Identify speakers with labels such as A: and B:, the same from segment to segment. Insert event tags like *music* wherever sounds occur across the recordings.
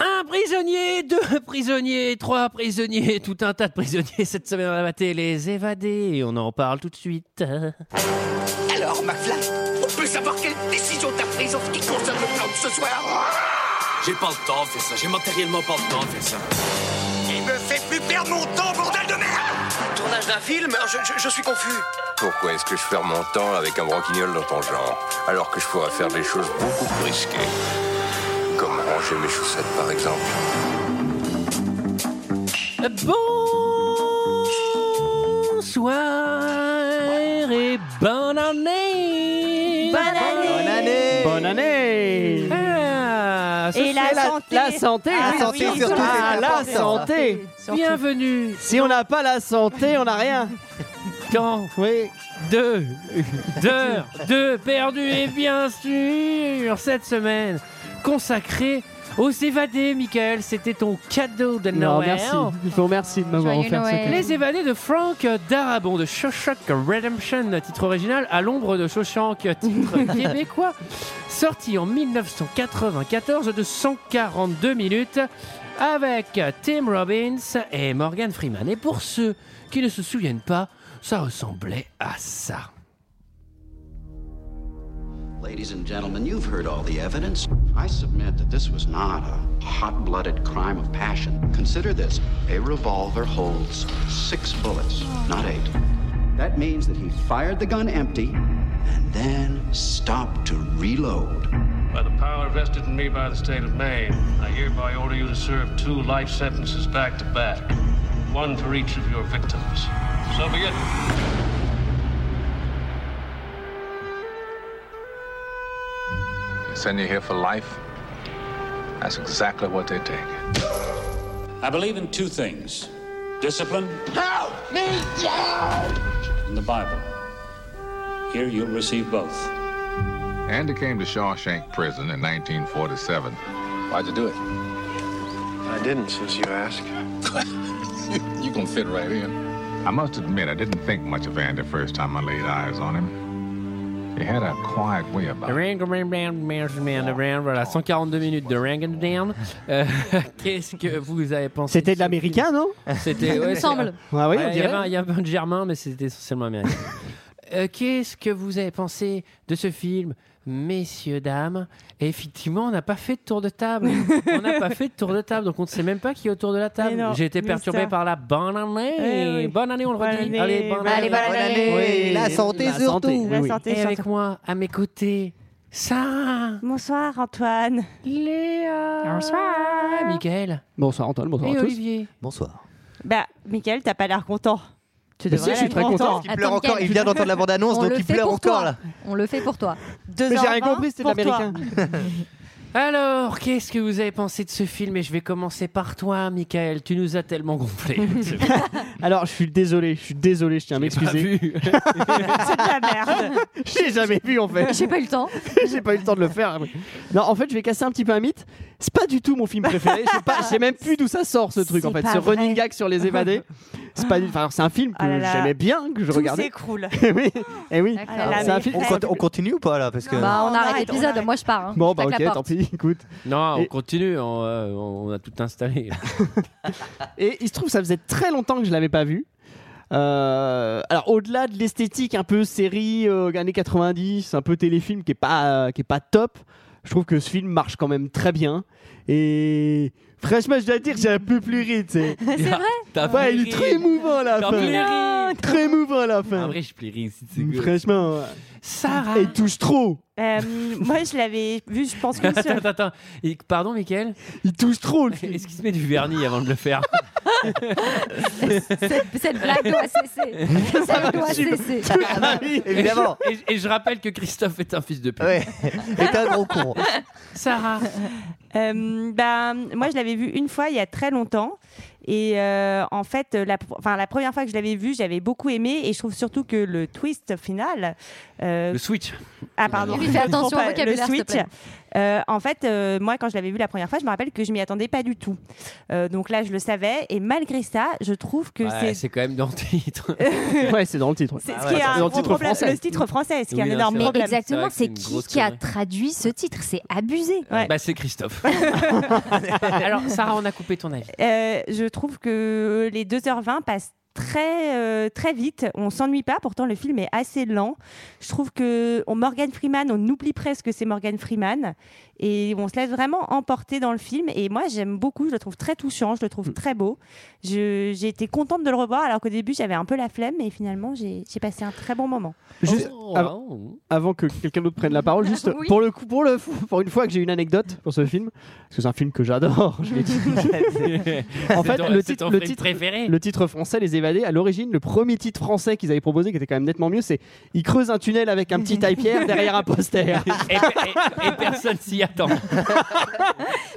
A: Un prisonnier, deux *laughs* prisonniers, trois prisonniers, tout un tas de prisonniers cette semaine à la matinée, les évadés, on en parle tout de suite.
B: Alors, McFly, on peut savoir quelle décision t'as prise en ce qui concerne le plan de ce soir
C: J'ai pas le temps de faire ça, j'ai matériellement pas le temps de faire ça.
B: Il me fait plus perdre mon temps, bordel de merde
D: Tournage d'un film euh, je, je- je suis confus.
E: Pourquoi est-ce que je perds mon temps avec un broquignol dans ton genre, alors que je pourrais faire des choses beaucoup plus risquées Comme ranger mes chaussettes, par exemple.
A: Bonsoir et bonne année
F: Bonne année. Bonne année.
G: Bonne année
A: Ah, ce
F: Et la,
G: la-
F: santé.
G: la santé,
F: Ah
G: oui.
F: oui,
G: La
H: santé,
F: oui,
H: surtout,
F: surtout.
G: Ah, la santé
A: soir, bienvenue
G: Si on n'a pas la santé, on n'a rien.
A: dans
G: Oui.
A: deux heures de perdu et bien sûr cette semaine consacrée aux évadés, Michael, c'était ton cadeau de
G: Non,
A: Noël.
G: merci. Je vous remercie de m'avoir
F: Joyeux
G: offert ce
F: Noël.
G: cadeau.
A: Les évadés de Frank Darabon de Shawshank Redemption, titre original à l'ombre de Shawshank, titre québécois, sorti en 1994 de 142 minutes avec Tim Robbins et Morgan Freeman. Et pour ceux qui ne se souviennent pas, ça ressemblait à ça.
I: Ladies and gentlemen, you've heard all the evidence. I submit that this was not a hot blooded crime of passion. Consider this a revolver holds six bullets, not eight. That means that he fired the gun empty and then stopped to reload.
J: By the power vested in me by the state of Maine, I hereby order you to serve two life sentences back to back, one for each of your victims. So be it.
E: Send you here for life? That's exactly what they take.
C: I believe in two things discipline
B: Help me down
C: and the Bible. Here you'll receive both.
E: Andy came to Shawshank Prison in 1947. Why'd you do it?
D: I didn't, since you ask.
E: You gonna fit right in. I must admit, I didn't think much of Andy first time I laid eyes on him. He had a quiet way about him.
A: Voilà, 142 minutes de Ring and Down. Euh, *laughs* Qu'est-ce que vous avez pensé
G: C'était de l'américain, non
A: *laughs* C'était.
F: Il
A: ouais,
F: me semble.
G: Ah oui,
A: Ouais,
G: on
A: il, y
G: dirait.
A: avait, un- il y avait un germain, mais c'était essentiellement américain. *laughs* Euh, Qu'est-ce que vous avez pensé de ce film, messieurs, dames Et Effectivement, on n'a pas fait de tour de
H: *laughs*
A: table. on n'a pas fait de tour de table, donc on ne sait même pas qui est autour de la table.
H: Mais non,
A: J'ai été
H: mystère.
A: perturbé par la bonne année.
H: Eh oui.
A: Bonne année, on le
H: Bonne
A: redit.
H: année.
A: Allez, bonne
F: Allez,
A: année.
F: bonne année.
G: Oui, la santé
H: La
G: surtout.
H: santé. La
G: Oui, oui.
H: santé,
A: Et avec
H: surtout.
A: moi, à mes côtés, Sarah,
H: Bonsoir Antoine.
A: Léa,
H: Bonsoir.
A: Michael
G: Bonsoir Antoine, bonsoir
A: et
G: à tous.
A: Olivier.
H: Bonsoir. Bah, Michael, t'as pas l'air content. Tu
A: Bah
G: Mais si, je suis très content.
F: Attends,
H: Deux
F: Michael,
G: pleure encore, il vient d'entendre la bande-annonce,
F: on
G: donc
F: le
G: il
F: fait
G: pleure
F: pour
G: encore,
F: toi.
G: là.
F: On le fait pour
G: *laughs*
F: toi.
G: Mais j'ai rien
H: 2h20
G: compris, c'était de
H: pour toi.
G: l'américain.
A: Alors, qu'est-ce que vous avez pensé de ce film Et je vais commencer par toi, Michael. Tu nous as tellement gonflé.
H: *laughs*
G: Alors, je suis désolé, je suis désolé, je tiens à m'excuser. *laughs*
H: C'est de la merde.
G: J'ai jamais vu en fait.
F: J'ai pas eu le temps.
G: *laughs* J'ai pas eu le temps de le faire. Non, en fait, je vais casser un petit peu un mythe. C'est pas du tout mon film préféré. Je sais pas, je sais même plus d'où ça sort ce truc en
H: C'est
G: fait.
H: pas
G: Ce
H: vrai.
G: running gag sur les évadés. C'est pas du- enfin, alors, c'est un film que
H: Ah là là.
G: j'aimais bien, que je
H: Tout
G: regardais.
H: s'écroule.
G: *laughs* Eh oui, eh oui.
F: D'accord.
H: Ah là là,
G: C'est un
H: mais
G: film-
H: on cont- on
D: continue ou pas là Parce que.
F: Bah,
H: Non,
F: on,
H: on
F: arrête
H: arrête, on
F: l'épisode.
H: arrête.
F: Moi, je pars. hein.
G: Bon,
F: Je
G: bah
F: claque
G: ok,
F: la
G: tant
F: porte.
G: pis, *laughs* écoute.
A: *laughs* Non, on
G: Et-
A: continue, on, euh, on a tout installé.
G: Et il se trouve, ça faisait très longtemps que je l'avais pas vu. Euh, alors au-delà de l'esthétique un peu série euh, années 90, un peu téléfilm qui est pas euh, qui est pas top, je trouve que ce film marche quand même très bien. Et franchement, je dois dire, j'ai un peu pleuré. tu sais.
F: *laughs*
A: C'est vrai
H: Ah,
A: T'as
G: Ouais, il est très émouvant à la
A: T'as
G: fin.
A: pleuré
G: Très émouvant à la
A: En
G: fin.
H: Ah,
A: vrai, je plierai ici.
G: Franchement,
A: Sarah
G: elle touche trop.
H: Euh, moi, je l'avais vu, je pense que sur...
A: Attends, attends. Et- Pardon, Michael
G: Il touche trop. le
H: *laughs*
G: film.
A: Est-ce qu'il se met du vernis avant de le faire
F: Cette- Cette blague doit cesser. Celle doit cesser.
H: Ah, bah,
G: *laughs*
D: Évidemment
A: et, je- et je rappelle que Christophe est un fils de pute.
H: *laughs*
D: Ouais Et un gros con
A: Sarah
H: Euh, ben, moi, je l'avais vu une fois il y a très longtemps. Et euh, en fait, la, pr- enfin, la première fois que je l'avais vu, j'avais beaucoup aimé. Et je trouve surtout que le twist final. euh,
A: Le switch.
H: ah, pardon. *laughs*
F: Oui, fais attention au
H: Le
F: vocabulaire, s'il te
H: switch.
F: plaît.
H: Euh, en fait, euh, moi, quand je l'avais vu la première fois, je me rappelle que je m'y attendais pas du tout. Euh, donc là, je le savais. Et malgré ça, je trouve que
A: Ouais,
H: c'est
A: c'est quand même dans le titre.
G: ouais, c'est dans le titre.
H: C'est ce qui est un gros
G: dans le titre
H: problème,
G: français.
H: le titre français, ce qui est
A: Oui, non,
H: un énorme
A: c'est vrai.
H: problème.
A: C'est
F: Exactement,
A: vrai que c'est
F: c'est
A: une
F: qui
A: grosse
F: qui a
A: connerie.
F: traduit ce titre C'est abusé.
H: Ouais.
A: Bah, c'est Christophe. *laughs* Alors, Sarah, on a coupé ton avis.
H: Euh, je trouve que les 2h20 passent très euh, très vite, on s'ennuie pas pourtant le film est assez lent. Je trouve que on Morgan Freeman, on oublie presque que c'est Morgan Freeman et on se laisse vraiment emporter dans le film et moi j'aime beaucoup, je le trouve très touchant, je le trouve très beau. Je- j'ai été contente de le revoir alors qu'au début j'avais un peu la flemme mais finalement j'ai j'ai passé un très bon moment.
G: Juste ah,
A: Oh,
G: av-
A: oh.
G: avant que quelqu'un d'autre prenne la parole, juste
F: *laughs* Oui.
G: pour le coup, pour le pour une fois que j'ai une anecdote pour ce film, parce que c'est un film
A: *laughs*
G: que j'adore. Je l'ai dit. en
A: oh. C'est
G: fait,
A: ton-
G: le
A: c'est
G: titre,
A: ton
G: le
A: film
G: titre,
A: préféré.
G: le titre français, Les Évadés, à l'origine, le premier titre français qu'ils avaient proposé, qui était quand même nettement mieux, c'est Ils creusent un tunnel avec
F: *laughs*
G: un petit taille-pierre derrière un poster.
A: Et, et- et personne s'y attend.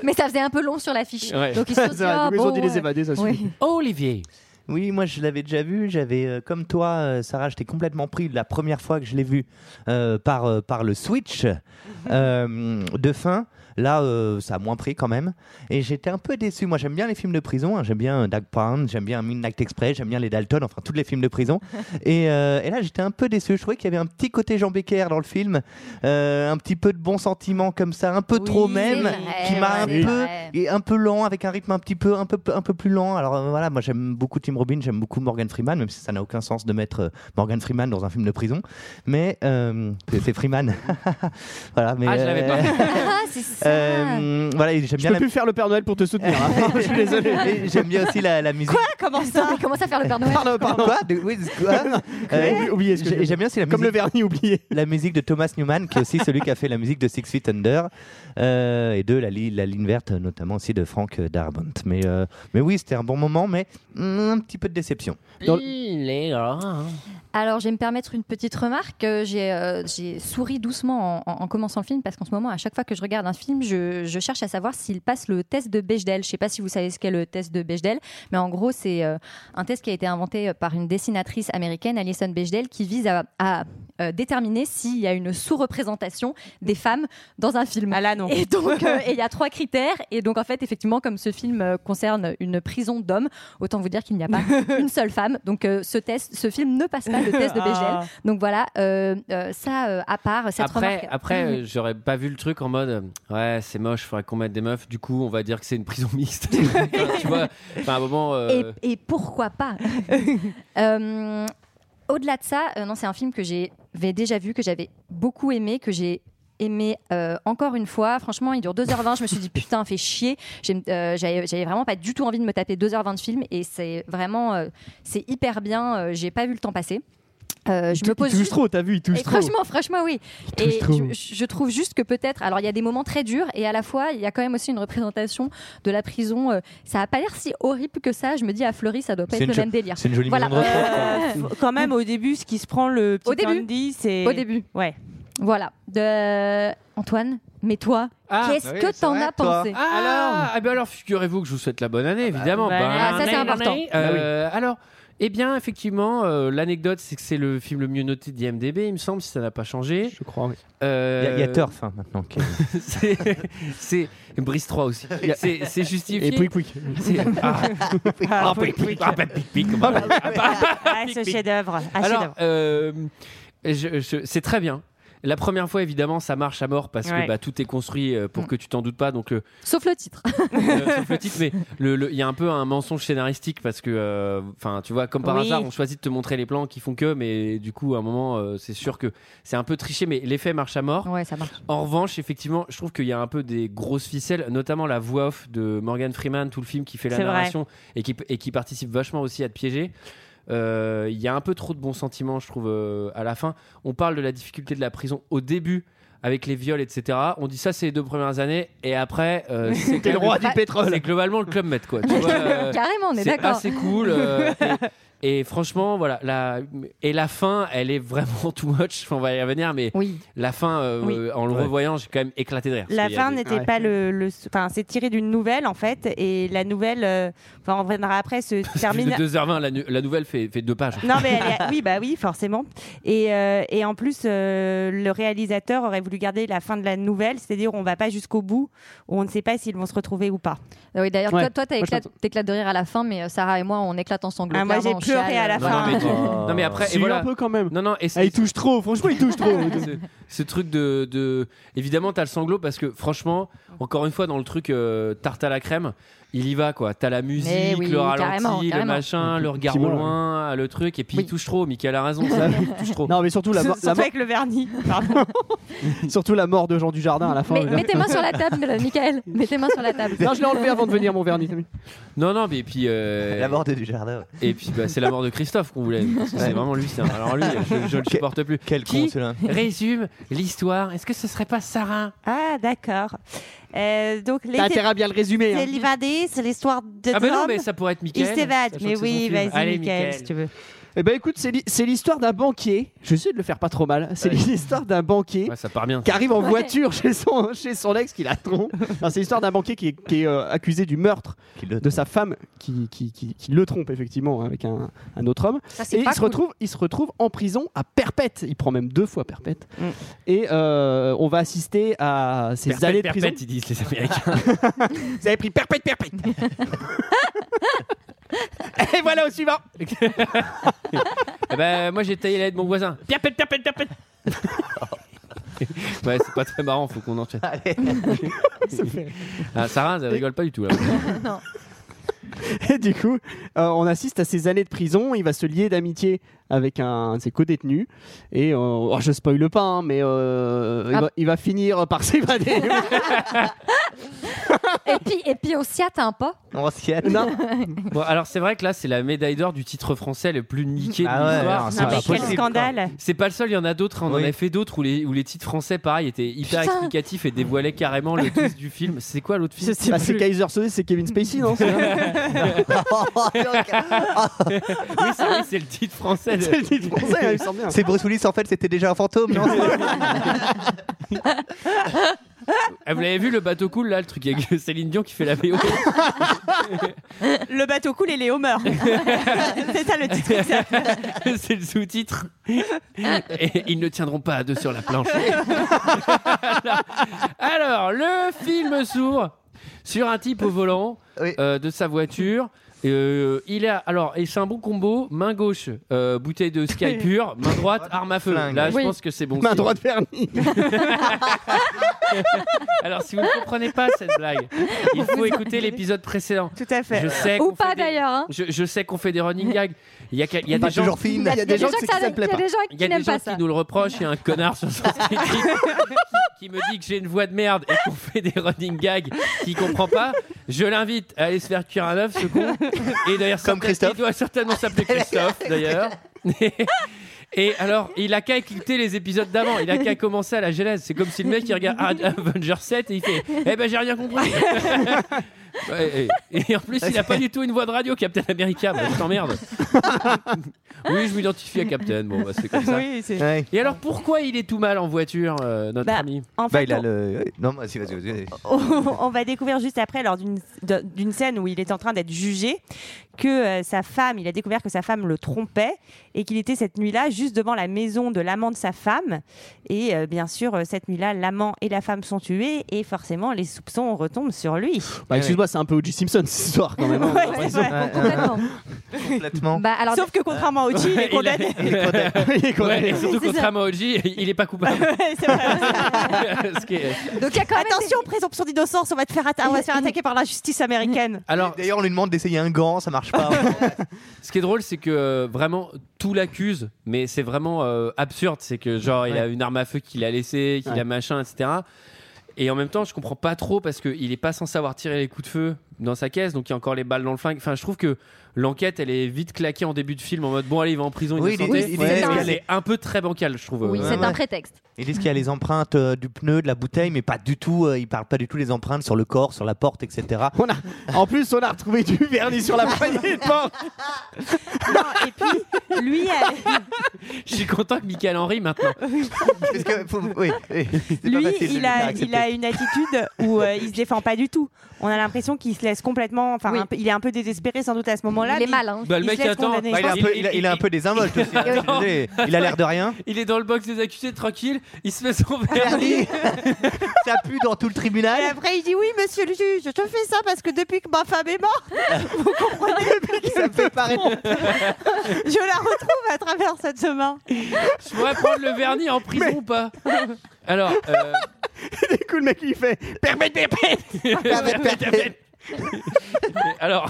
F: Mais ça faisait un peu long sur l'affiche.
A: Ouais.
F: Donc ils se
G: Ça, *laughs*
F: sont dit, ah,
G: donc ils ont
F: bon,
G: dit
F: ouais.
G: Les Évadés, ça suffit.
F: Ouais.
A: Olivier.
K: Oui, moi je l'avais déjà vu. J'avais, euh, comme toi, euh, Sarah, j'étais complètement pris la première fois que je l'ai vu euh, par, euh, par le switch euh, de fin. Là, euh, ça a moins pris quand même. Et j'étais un peu déçu. Moi, j'aime bien les films de prison. hein. J'aime bien euh, Doug Pound, j'aime bien Midnight Express, j'aime bien les Dalton, enfin, tous les films de prison. Et, euh, et là, j'étais un peu déçu. Je trouvais qu'il y avait un petit côté Jean Becker dans le film. euh, un petit peu de bons sentiments comme ça, un peu
F: Oui,
K: trop
F: c'est
K: même,
F: vrai,
K: qui m'a
F: c'est
K: un peu
F: vrai.
K: et un peu lent avec un rythme un petit peu un peu un peu plus lent alors euh, voilà moi j'aime beaucoup Tim Robbins j'aime beaucoup Morgan Freeman même si ça n'a aucun sens de mettre euh, Morgan Freeman dans un film de prison mais euh, c'est- c'est Freeman *laughs* voilà mais
A: Ah, je l'avais pas.
F: Ah, *laughs* c'est ça.
K: euh, voilà et j'aime
G: Je
K: bien
G: peux
K: la...
G: plus faire le Père Noël pour te
K: *laughs*
G: soutenir. là. je suis désolé.
K: Et j'aime bien aussi la, la musique
H: Quoi Comment ça
F: Il commence à faire le Père Noël.
G: Pardon, *laughs* pardon.
K: quoi De- oui, de- quoi Euh,
G: Oublie- oubliez ce que
K: j'ai-
G: *laughs* j'ai-
K: j'aime bien aussi la
G: Comme le
K: musique
G: vernis oublié.
K: *laughs* la musique de Thomas Newman, qui est aussi celui qui a fait la musique de Six Feet Under, euh, et de la, Li- la ligne verte, notamment aussi de Frank Darabont. Mais, euh, mais oui, c'était un bon moment, mais mm, un petit peu de déception.
G: euh, Dans-
A: Il est là, hein.
F: Alors, je vais me permettre une petite remarque. Euh, J'ai euh, j'ai souri doucement en, en- en commençant le film parce qu'en ce moment, à chaque fois que je regarde un film, je, je cherche à savoir s'il passe le test de Bechdel. Je ne sais pas si vous savez ce qu'est le test de Bechdel, mais en gros, c'est euh, un test qui a été inventé euh, par une dessinatrice américaine, Alison Bechdel, qui vise à, à, euh, déterminer s'il y a une sous-représentation des femmes dans un film.
H: Ah là non. *laughs*
F: Et donc, euh, et il y a trois critères. Et donc, en fait, effectivement, comme ce film euh, concerne une prison d'hommes, autant vous dire qu'il
H: *laughs*
F: n'y a pas *laughs* une seule femme. Donc, euh, ce test, ce film ne passe pas
A: *laughs*
F: le test de Bechdel.
H: Ah.
F: Donc voilà, euh, euh, ça euh, à part cette
A: Après,
F: remarque.
A: après euh, j'aurais pas vu le truc en mode euh, ouais, c'est moche, faudrait qu'on mette des meufs. Du coup, on va dire que c'est une prison mixte. *laughs* Enfin, tu vois, enfin, à un moment. euh,
F: et, et pourquoi pas *laughs* Euh, Au-delà de ça, euh, non, c'est un film que j'avais déjà vu, que j'avais beaucoup aimé, que j'ai aimé euh, encore une fois. Franchement, il dure 2h20. Je me suis dit, putain, fait chier. J'aime- euh, J'avais j'avais vraiment pas du tout envie de me taper 2h20 de film. Et c'est vraiment, euh, c'est hyper bien. euh, J'ai pas vu le temps passer. Euh, je me pose
G: Il touche
F: juste-
G: trop, t'as vu, il touche
F: Et
G: trop.
F: franchement, franchement, oui.
G: touche
F: Et
G: trop.
F: je, je trouve juste que peut-être, alors il y a des moments très durs et à la fois il y a quand même aussi une représentation de la prison. euh, ça a pas l'air si horrible que ça. Je me dis à Fleury, ça doit pas
K: C'est
F: être
K: une
F: le
K: cho-
F: même délire.
K: C'est une jolie
F: Voilà.
K: maison de retraite.
H: Euh, faut- quand même au début ce qui se prend le petit
F: Au début.
H: Andy, c'est
F: Au début,
H: Ouais.
F: voilà. De... Antoine, mais toi,
A: Ah,
F: qu'est-ce
K: bah oui,
F: que
K: c'est
F: t'en
K: vrai,
F: as
K: toi.
F: pensé
A: Ah, alors, eh ben alors figurez-vous que je vous souhaite la bonne année, évidemment.
H: bonne
A: Ben,
H: année.
F: Ah, ça, c'est
A: année,
F: important.
A: année.
K: Bah
A: Euh, Alors, eh bien, effectivement, euh, l'anecdote, c'est que c'est le film le mieux noté d'IMDB, il me semble, si ça n'a pas changé.
G: Je crois. oui.
K: Il y a-
A: Euh,
K: il y a Turf hein, maintenant. qui est-
A: *laughs* c'est- C'est et Brice 3
K: *laughs*
A: aussi. C'est c'est justifié.
G: Et puis, quick.
A: C'est- ah, ah, pic, pic, ah, bah, pic, pic, bah, bah, bah, bah,
H: Ah, ce chef-d'œuvre. Ah,
A: Alors,
H: chef-d'œuvre.
A: euh, je- je- c'est très bien. La première fois, évidemment, ça marche à mort parce que
H: Ouais.
A: bah, tout est construit euh,
K: Mm.
A: pour que tu t'en doutes pas. Donc, le,
F: Sauf
H: *laughs*
F: le titre.
A: euh, sauf le titre, mais le- le- il y a un peu un mensonge scénaristique parce que, euh, enfin, tu vois, comme par
H: Oui.
A: hasard, on choisit de te montrer les plans qui font que, mais du coup, à un moment, euh, c'est sûr que c'est un peu triché, mais l'effet marche à mort.
F: Ouais, ça marche.
A: En revanche, effectivement, je trouve qu'il y a un peu des grosses ficelles, notamment la voix off de Morgan Freeman, tout le film qui fait la
H: C'est vrai.
A: narration et qui, et qui participe vachement aussi à te piéger. Euh, Il y a un peu trop de bons sentiments, je trouve, euh, à la fin. On parle de la difficulté de la prison au début avec les viols, etc. On dit ça, c'est les deux premières années, et après, euh, c'est
G: T'es le
A: quand même-
G: roi du
F: Ouais.
G: pétrole.
H: *laughs*
A: c'est globalement le club Med, quoi. Tu vois, euh,
F: *laughs* Carrément, on est,
A: c'est
F: d'accord.
A: assez cool. euh, Et franchement, voilà, la, et la fin, elle est vraiment *laughs* too much. Enfin, on va y revenir, mais la fin, euh,
H: Oui.
A: en le
H: Ouais.
A: revoyant, j'ai quand même éclaté de rire.
H: La
A: Parce qu'il y a
H: fin
A: des-
H: n'était pas le. le- Enfin, c'est tiré d'une nouvelle en fait, et la nouvelle, euh, enfin, on reviendra après, se
A: Plus *laughs*
H: termine.
A: de 2h20, la, nu- la nouvelle fait, fait deux pages.
H: Non, mais elle est- oui, bah oui, forcément. Et, euh, et en plus, euh, le réalisateur aurait voulu garder la fin de la nouvelle, c'est-à-dire on va pas jusqu'au bout, où on ne sait pas s'ils vont se retrouver ou pas.
F: Oui, d'ailleurs,
H: Ouais.
F: toi, toi, t'as
H: Moi, je
F: éclat- t'éclates de rire à la fin, mais euh, Sarah et moi, on éclate en sanglots.
H: Ah, moi,
F: Clairement,
H: j'ai
F: on
H: pleuré
F: chiale. euh,
H: à la
A: Non, non, mais, non, mais après,
G: Si,
A: et voilà.
G: un peu quand même. Ah,
A: Non, non, et
G: il touche trop, franchement, il
A: *laughs*
G: touche trop.
A: ce, ce truc de, de- évidemment t'as le sanglot parce que franchement encore une fois dans le truc euh, tarte à la crème il y va quoi t'as la musique
F: Mais oui,
A: le ralenti
F: carrément,
A: le
F: carrément.
A: machin le regard
G: Petit
A: au
G: mot,
A: loin le truc et puis il touche trop Michael a
H: *laughs*
A: raison ça, il touche trop
G: *laughs* Non, mais surtout la, mort-
H: Surtout
G: la mort-
H: avec le vernis. Pardon.
G: surtout la mort de Jean du Jardin à la fin.
F: Mais
G: je veux dire.
F: mets tes mains sur la table, euh, Michael. Mets tes mains sur la table.
G: Non, je l'ai enlevé avant de venir mon vernis.
A: non non mais et puis
K: *laughs*
A: euh,
K: La mort de Dujardin.
A: et puis bah, c'est la mort de Christophe qu'on voulait parce que c'est
K: Ouais.
A: vraiment lui c'est un- alors lui je, je le supporte plus
K: *laughs* Quel con
A: qui
K: celui-là.
A: *laughs* résume l'histoire est-ce que ce serait pas Sarah
H: Ah, d'accord. Euh, donc,
G: T'as intérêt à bien le résumer. hein.
H: C'est l'évadé, c'est l'histoire de.
A: ah bah non
H: Drum.
A: mais ça pourrait être
H: Il
A: Michael
H: s'évade,
A: sachant
H: mais
A: que c'est son
H: oui,
A: film.
H: vas-y,
A: Allez,
H: Michael,
A: Michael.
H: si tu veux.
G: Eh ben écoute, c'est l'hi- c'est l'histoire d'un banquier. Je vais essayer de le faire pas trop mal. C'est
A: Ouais.
G: l'histoire d'un banquier
A: Ouais, ça part bien
G: qui arrive en voiture chez son, chez son ex qui la *laughs* trompe. Non, c'est l'histoire d'un banquier qui est, qui est, euh, accusé du meurtre
K: Qui le-
G: de sa femme qui, qui, qui- qui le trompe effectivement hein, avec un, un autre homme.
F: Ça, c'est
G: et
F: pas
G: il se,
F: cool.
G: retrouve, il se retrouve en prison à perpète. Il prend même deux fois perpète.
H: Mm.
G: Et euh, on va assister à ces
A: Perpète,
G: années de prison.
A: perpète, ils disent les Américains.
G: *laughs*
A: *laughs*
G: Vous avez pris perpète, perpète. et voilà au suivant.
A: Eh ben, moi, j'ai taillé la haie de mon voisin. Perpète, perpète, perpète. *laughs* ouais, c'est pas très marrant, faut qu'on enchaîne. Ah, Sarah, elle rigole pas du tout. Là.
G: Et du coup, euh, on assiste à ses années de prison. Il va se lier d'amitié avec un de ses co-détenus. Et euh, oh, je spoile pas, hein, mais euh, il,
F: Ah.
G: va, il va finir
F: *laughs*
G: par *laughs* s'évader.
F: Et puis, et puis on s'y atteint pas.
K: On s'y attend.
G: Non.
A: *laughs* Bon, alors, c'est vrai que là, c'est la médaille d'or du titre français le plus niqué de
K: Ah ouais,
A: l'histoire.
K: non, c'est
A: C'est
H: Non,
K: pas
H: mais quel
K: possible,
H: scandale.
A: c'est pas le seul, il y en a d'autres. hein. On en
K: Oui.
A: a fait d'autres où les, où les titres français, pareil, étaient hyper
F: Putain.
A: explicatifs et dévoilaient carrément le twist du film. C'est quoi l'autre film
G: Bah, c'est Kaiser Soze, c'est Kevin Spacey, non C'est
A: Oui, c'est oui, *laughs* c'est le titre français. de-
G: c'est le titre français, hein, *laughs* il me semble bien.
K: C'est Bruce Willis en fait, c'était déjà un fantôme,
G: *laughs*
K: non
A: Ah, vous l'avez vu, le bateau cool, là, le truc avec Céline Dion qui fait la VO.
H: Le bateau coule et les
F: *laughs*
H: meurt. c'est ça le titre. exact.
A: *laughs* c'est le sous-titre. Et ils ne tiendront pas à deux sur la
F: *laughs*
A: planche. alors, le film s'ouvre sur un type au volant
K: Oui.
A: euh, de sa voiture. Euh, il a alors et c'est un bon combo main gauche euh, bouteille de sky pure main droite arme à feu
K: Flingue.
A: là je
F: Oui.
A: pense que c'est bon
G: Main
A: signe.
G: droite vernis.
A: alors si vous ne comprenez pas cette blague il faut écouter l'épisode précédent
H: Tout à fait.
A: je sais
F: *laughs* Ou
A: qu'on
F: pas
A: fait des-
F: d'ailleurs. hein.
A: je, je sais qu'on fait des running gags il y a, il y a
K: Pas
A: des gens
K: toujours fine.
G: Il y a des gens qui
F: ça-
G: ça me plaît
F: il y a
G: pas.
F: des gens
A: Il y a
F: qui
A: des
F: n'aiment
A: gens
F: pas
A: qui
F: ça.
A: nous le reprochent. Il y a un connard sur
F: *laughs*
A: son site qui, qui me dit que j'ai une voix de merde et qu'on fait des running gags qui comprend pas. Je l'invite à aller se faire cuire un œuf, ce
H: *laughs*
A: con. Et d'ailleurs, certain-
K: Christophe.
A: Il doit certainement s'appeler Christophe,
H: *laughs*
A: d'ailleurs. Et alors, il a qu'à écouter les épisodes d'avant. Il a qu'à commencer à la genèse. C'est comme si le mec il regarde *laughs* Avenger 7 et il fait Eh ben, j'ai rien
H: *laughs*
A: compris. *laughs* Ouais, et, et en plus, il n'a pas du tout une voix de radio, Captain America. Bah, je
H: *laughs*
A: t'emmerde. oui, je m'identifie à Captain. Bon, bah, c'est comme ça.
H: *laughs* Oui, c'est.
K: Ouais.
A: Et alors pourquoi il est tout mal en voiture, euh, notre
H: Bah,
A: ami
H: En
K: Bah
H: fait,
K: il a
H: on-
K: le. Non, bah, vas-y, vas-y, vas-y.
H: *laughs* on va découvrir juste après, lors d'une de- d'une scène où il est en train d'être jugé, que euh, sa femme, il a découvert que sa femme le trompait et qu'il était cette nuit-là juste devant la maison de l'amant de sa femme. Et euh, bien sûr, euh, cette nuit-là, l'amant et la femme sont tués et forcément, les soupçons retombent sur lui.
G: Bah, excuse-moi, c'est un peu O.J. Simpson cette histoire quand même. hein.
H: Ouais, c'est vrai.
K: Ouais,
F: Complètement.
K: complètement.
F: Bah, alors,
H: Sauf que contrairement au Chi, il est
A: *laughs* Il a-
H: condamné.
K: *laughs* Il est condamné.
G: Il est
A: Ouais,
G: condamné.
A: et surtout
F: C'est ça.
A: contrairement à Oji, il est pas coupable.
H: C'est vrai.
A: *laughs* Ce qui est-
F: donc il y a quand même
H: Attention, présomption d'innocence, on va, te faire atta- on va se faire *laughs* attaquer par la justice américaine.
A: Alors,
K: D'ailleurs, on lui demande d'essayer un gant, ça marche
G: *laughs*
K: pas.
A: ce qui est drôle, c'est que euh, vraiment tout l'accuse, mais c'est vraiment euh, absurde. C'est que genre il a une arme à feu qu'il a laissée, qu'il a
G: Ouais.
A: machin, etc. Et en même temps, je comprends pas trop parce qu'il est pas censé avoir tiré les coups de feu dans sa caisse, donc il y a encore les balles dans le flingue. Enfin, je trouve que l'enquête, elle est vite claquée en début de film en mode bon, allez, il va en prison,
K: Oui, il est-
A: innocenté.
K: il est- il est-
A: Parce
K: il est-
A: qu'elle est un peu très bancale, je trouve.
F: Oui,
A: euh,
F: c'est un prétexte.
K: Ils disent qu'il y a les empreintes euh, du pneu, de la bouteille, mais pas du tout. euh, ils parlent pas du tout des empreintes sur le corps, sur la porte, etc.
G: En plus, on a retrouvé du vernis sur la poignée de porte.
H: Et puis, lui, elle-
A: Je suis content que Michael Henry maintenant.
K: Parce que faut- oui, oui, c'est pas
H: lui,
K: facile de
H: il
K: le faire
H: a,
K: accepter.
H: il a une attitude où euh, il se défend pas du tout. On a l'impression qu'il se laisse complètement. Enfin,
F: Oui.
H: un peu- il est un peu désespéré sans doute à ce moment-là.
F: Il est
H: mais
F: malin.
A: Bah, le
H: Il
A: mec
H: se laisse
A: attend.
H: condamner.
K: Bah, il, est un
A: il-
K: peu,
A: il-
K: il a- il a un peu désinvolte aussi. hein, Attendez, il a l'air de rien.
A: Il est dans le box des accusés, tranquille, il se fait son vernis.
K: *laughs* Ça pue dans tout le tribunal.
H: Et
G: *laughs*
H: après, il dit Oui, monsieur le juge, je fais ça parce que depuis que ma femme est *laughs* morte,
K: Ça me fait pareil.
H: je la retrouve à travers cette main.
A: Je pourrais prendre le vernis en prison ou pas Alors,
F: *laughs*
A: euh,
G: Et du coup, le mec, il fait Permettez,
A: alors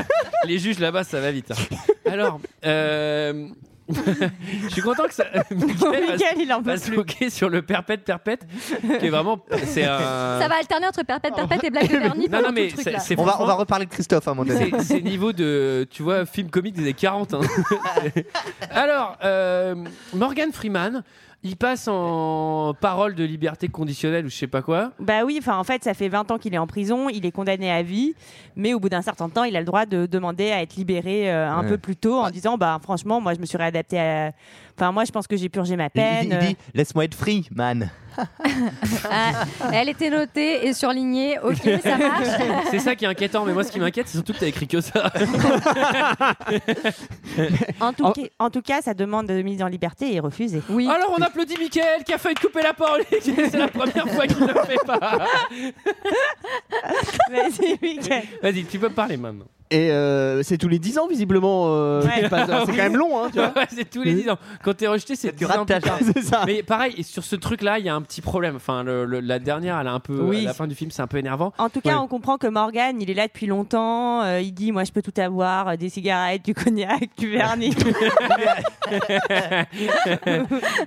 A: *laughs* les juges là-bas, ça va vite. hein. Alors, euh, *laughs* je suis content que ça. *laughs* Michael va-
H: Miguel, il en peut
A: va se loquer sur le perpète perpète qui est vraiment c'est un
F: Ça va alterner entre perpète, perpète et blague de vernis.
A: non non
F: pendant
A: mais
F: tout le truc,
A: c'est
F: là.
A: c'est
K: On va, on va
A: franchement-
K: reparler de Christophe à un moment donné.
A: c'est- c'est niveau de tu vois film comique des années 40 hein. alors euh, Morgan Freeman il passe en parole de liberté conditionnelle ou je sais pas quoi
H: Bah oui, enfin en fait, ça fait 20 ans qu'il est en prison, il est condamné à vie, mais au bout d'un certain temps, il a le droit de demander à être libéré euh, un
K: Ouais.
H: peu plus tôt en disant bah franchement, moi je me suis réadapté à enfin moi je pense que j'ai purgé ma
K: Il, il dit-
H: peine.
K: il dit Laisse-moi être free, man.
F: Ah, elle était notée et surlignée. Ok, ça marche.
A: c'est ça qui est inquiétant mais moi ce qui m'inquiète c'est surtout que t'as écrit que ça
H: En tout,
G: En-
H: ca- en tout cas, sa demande de mise en liberté est refusée.
F: Oui.
A: alors on applaudit Michael qui a failli te couper la parole *laughs* c'est la première fois qu'il ne le fait pas
H: Vas-y, Mickaël.
A: vas-y tu peux parler maintenant
G: Et euh, c'est tous les 10 ans, visiblement. euh,
H: Ouais.
G: qu'il passe- C'est quand même long, hein, tu
K: *laughs*
G: vois.
A: Ouais, *laughs* c'est tous les 10 ans quand t'es rejeté c'est 10 ans plus tard.
G: C'est ça.
A: Mais pareil, et sur ce truc-là, il y a un petit problème. Enfin, le- le- la dernière, elle a un peu.
H: Oui.
A: à la fin du film, c'est un peu énervant.
H: En tout cas,
A: Ouais.
H: on comprend que Morgan, il est là depuis longtemps. euh, il dit, moi, je peux tout avoir, euh, des cigarettes, du cognac, du vernis.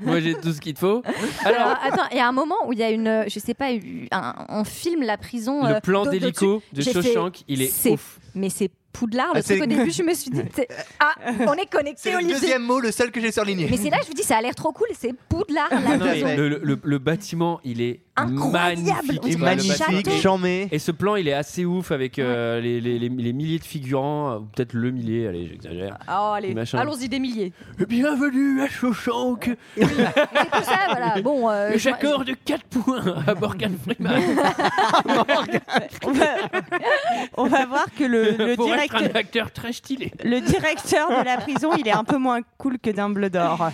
A: Moi, j'ai tout ce qu'il te
F: *laughs*
A: faut.
F: Alors, attends, il y a un moment où il y a une, euh, je sais pas, une- un- on filme la prison.
A: le
F: euh,
A: plan
F: d'au-
A: d'hélico de
F: J'ai fait-
A: Shawshank, il est,
F: c'est-
A: ouf.
F: Mais c'est Poudlard. Le
K: Ah,
F: truc
K: c'est-
F: au début, je me
A: *laughs*
F: suis dit, c'est- ah, on est
K: C'est
F: connecté,
K: le
F: Olivier.
K: deuxième mot, le seul que j'ai surligné.
F: Mais c'est là, je vous dis, ça a l'air trop cool. C'est Poudlard.
A: Ah *laughs*
F: La
A: non, mais
F: maison.
A: le, le- le bâtiment, il est
F: Incroyable.
A: magnifique.
F: On
A: Et
F: dirait
A: bah,
F: un
A: le
K: Magnifique,
A: bâtiment-
F: château.
K: chamé.
A: Et ce plan, il est assez ouf avec euh, les, les- les- les milliers de figurants, euh, ou peut-être le millier, allez, j'exagère.
F: Oh, allez,
A: Machin.
F: allons-y des milliers.
A: Bienvenue à Shawshank.
F: C'est pour ça,
A: *laughs*
F: voilà. Bon, euh, je-
A: J'accorde 4 points *laughs* à Morgan
H: *laughs*
A: Freeman
H: on, va, on va voir que le, le
A: pour être
H: directeur,
A: un acteur très stylé.
H: le directeur de la prison, il est un peu moins cool que Dumbledore.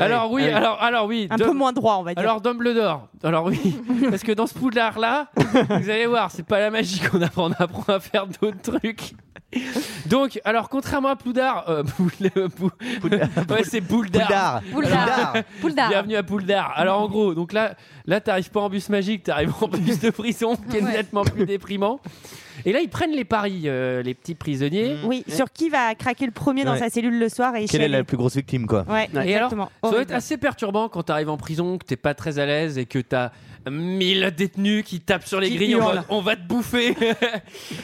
A: Alors oui,
K: Ah oui.
A: alors alors oui.
H: Un
A: Dom-
H: peu moins droit, on va dire.
A: Alors Dumbledore, alors oui, *laughs* parce que dans ce poudlard là, vous allez voir, c'est pas la magie qu'on apprend, on apprend à faire d'autres trucs. Donc, alors contrairement à Poudlard, euh, *laughs* Poul- euh, Pou- ouais c'est Poudlard.
K: Poudard.
F: Poudlard. Poudlard.
A: Bienvenue à Poudlard. Alors en gros, donc là, là t'arrives pas en bus magique, t'arrives en bus de prison, qui est
F: Ouais.
A: nettement plus déprimant. Et là ils prennent les paris, euh, les petits prisonniers.
K: Mmh.
H: Oui, sur qui va craquer le premier dans
K: Ouais.
H: sa cellule le soir et y
K: Quelle est
H: chialer.
K: la plus grosse victime, quoi
H: Ouais,
A: Et alors,
H: exactement.
A: Ça doit
H: Horrible.
A: être assez perturbant quand t'arrives en prison, que t'es pas très à l'aise et que t'as 1000 détenus qui tapent sur les
H: Qui
A: grilles, on va,
H: hurlent.
A: on va te
H: *laughs*
A: bouffer.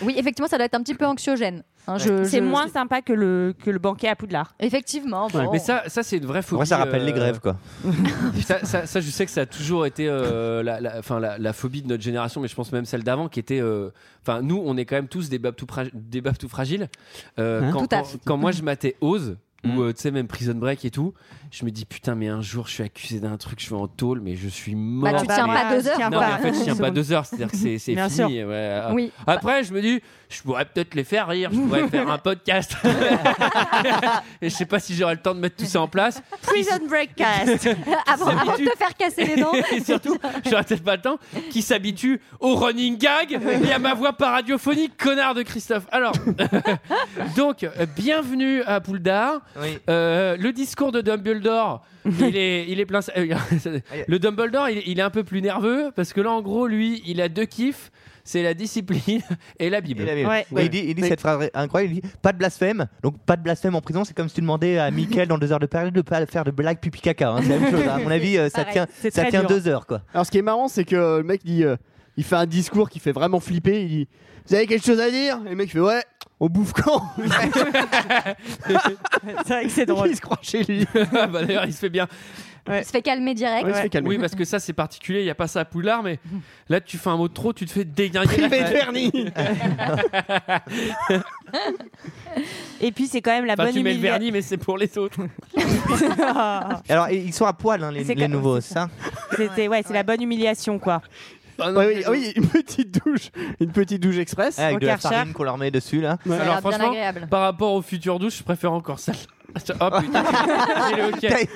F: Oui, effectivement, ça doit être un petit peu anxiogène. Hein, je-
H: C'est
F: je-
H: moins sympa que le, que le banquet à Poudlard.
F: Effectivement. bon.
A: Mais ça, ça c'est une vraie phobie.
K: Moi, ça rappelle
A: euh,
K: les grèves, quoi.
A: Ça, ça- ça, je sais que ça a toujours été euh, la, la- enfin, la- la phobie de notre génération, mais je pense même celle d'avant, qui était. euh, Enfin, nous, on est quand même tous des babes tout, prag- des babes tout fragiles. Euh,
G: Hein
A: quand,
F: Tout à
A: quand-
F: fait. Hein.
A: quand moi, je matais Ose.
K: Mm.
A: Ou euh, tu sais même Prison Break et tout, je me dis putain mais un jour je suis accusé d'un truc, je vais en tôle mais je suis mort.
F: Bah, tu tiens
A: mais-
F: pas deux heures,
A: Non mais en fait je tiens
H: une
F: *laughs*
A: pas
H: seconde.
A: deux heures, c'est-à-dire que c'est c'est
H: Bien
A: fini. ouais.
F: Oui.
A: Après, je me dis, je pourrais peut-être les faire rire, je pourrais faire un
F: *laughs*
A: podcast. *laughs* Et je sais pas si j'aurai le temps de mettre tout ça en place.
H: Prison Breakcast.
F: Ah, avant, avant de te faire casser les dents.
A: *laughs* Et surtout, j'aurai peut-être pas le temps, qui s'habitue au running gag et à ma voix pas radiophonique, connard de Christophe. Alors, *laughs* donc, euh, bienvenue à Pouldar.
K: Oui.
A: Euh, le discours de Dumbledore, il est, il est plein. euh, *laughs* le Dumbledore, il, il est un peu plus nerveux parce que là, en gros, lui, il a deux kiffs c'est la discipline *laughs* et la Bible.
K: Il, avait-
H: Ouais.
K: Ouais, il dit, il dit
G: Mais-
K: cette phrase incroyable, il dit pas de blasphème, donc pas de blasphème en prison, c'est comme si tu demandais à Michael dans deux heures de période de pas faire de blagues pipi caca, hein, c'est la même chose, hein. à mon avis euh, ça
F: Pareil,
K: tient,
H: c'est
K: ça
H: très
K: tient
H: dur.
K: deux heures quoi.
G: Alors, ce qui est marrant, c'est que le mec dit euh,
L: il fait un discours qui fait vraiment flipper. Il dit Vous avez quelque chose à dire Et le mec fait Ouais, on
K: *laughs*
L: bouffe quand
H: C'est vrai que c'est drôle.
L: Il se croit chez lui.
A: *laughs* Ah bah, D'ailleurs, il se fait bien.
F: Il se fait calmer direct.
A: Oui, parce que ça, c'est particulier. Il n'y a pas ça à Poudlard, mais là, tu fais un mot de trop, tu te fais déglinguer.
L: Privé
A: la tête.
L: de vernis.
H: *laughs* Et puis c'est quand même la
A: Enfin,
H: bonne
A: tu mets le
H: humilia-
A: vernis, mais c'est pour les autres.
H: Ah.
G: Alors, et- ils sont à poil, hein, les,
H: C'est
G: les
H: ca-
G: nouveaux, c'est ça
H: C'était ouais, c'est la bonne humiliation quoi.
L: Ouais, oui, Ah oui, une petite douche, une petite douche express.
K: Ah,
G: Avec
H: Au
G: de la
H: Karcher.
G: farine qu'on leur met dessus, là.
L: Ouais.
A: Alors,
F: bien
A: franchement,
F: agréable.
A: par rapport aux futures douches, je préfère encore celle *laughs* Oh putain, j'ai le
K: *laughs*
A: hockey.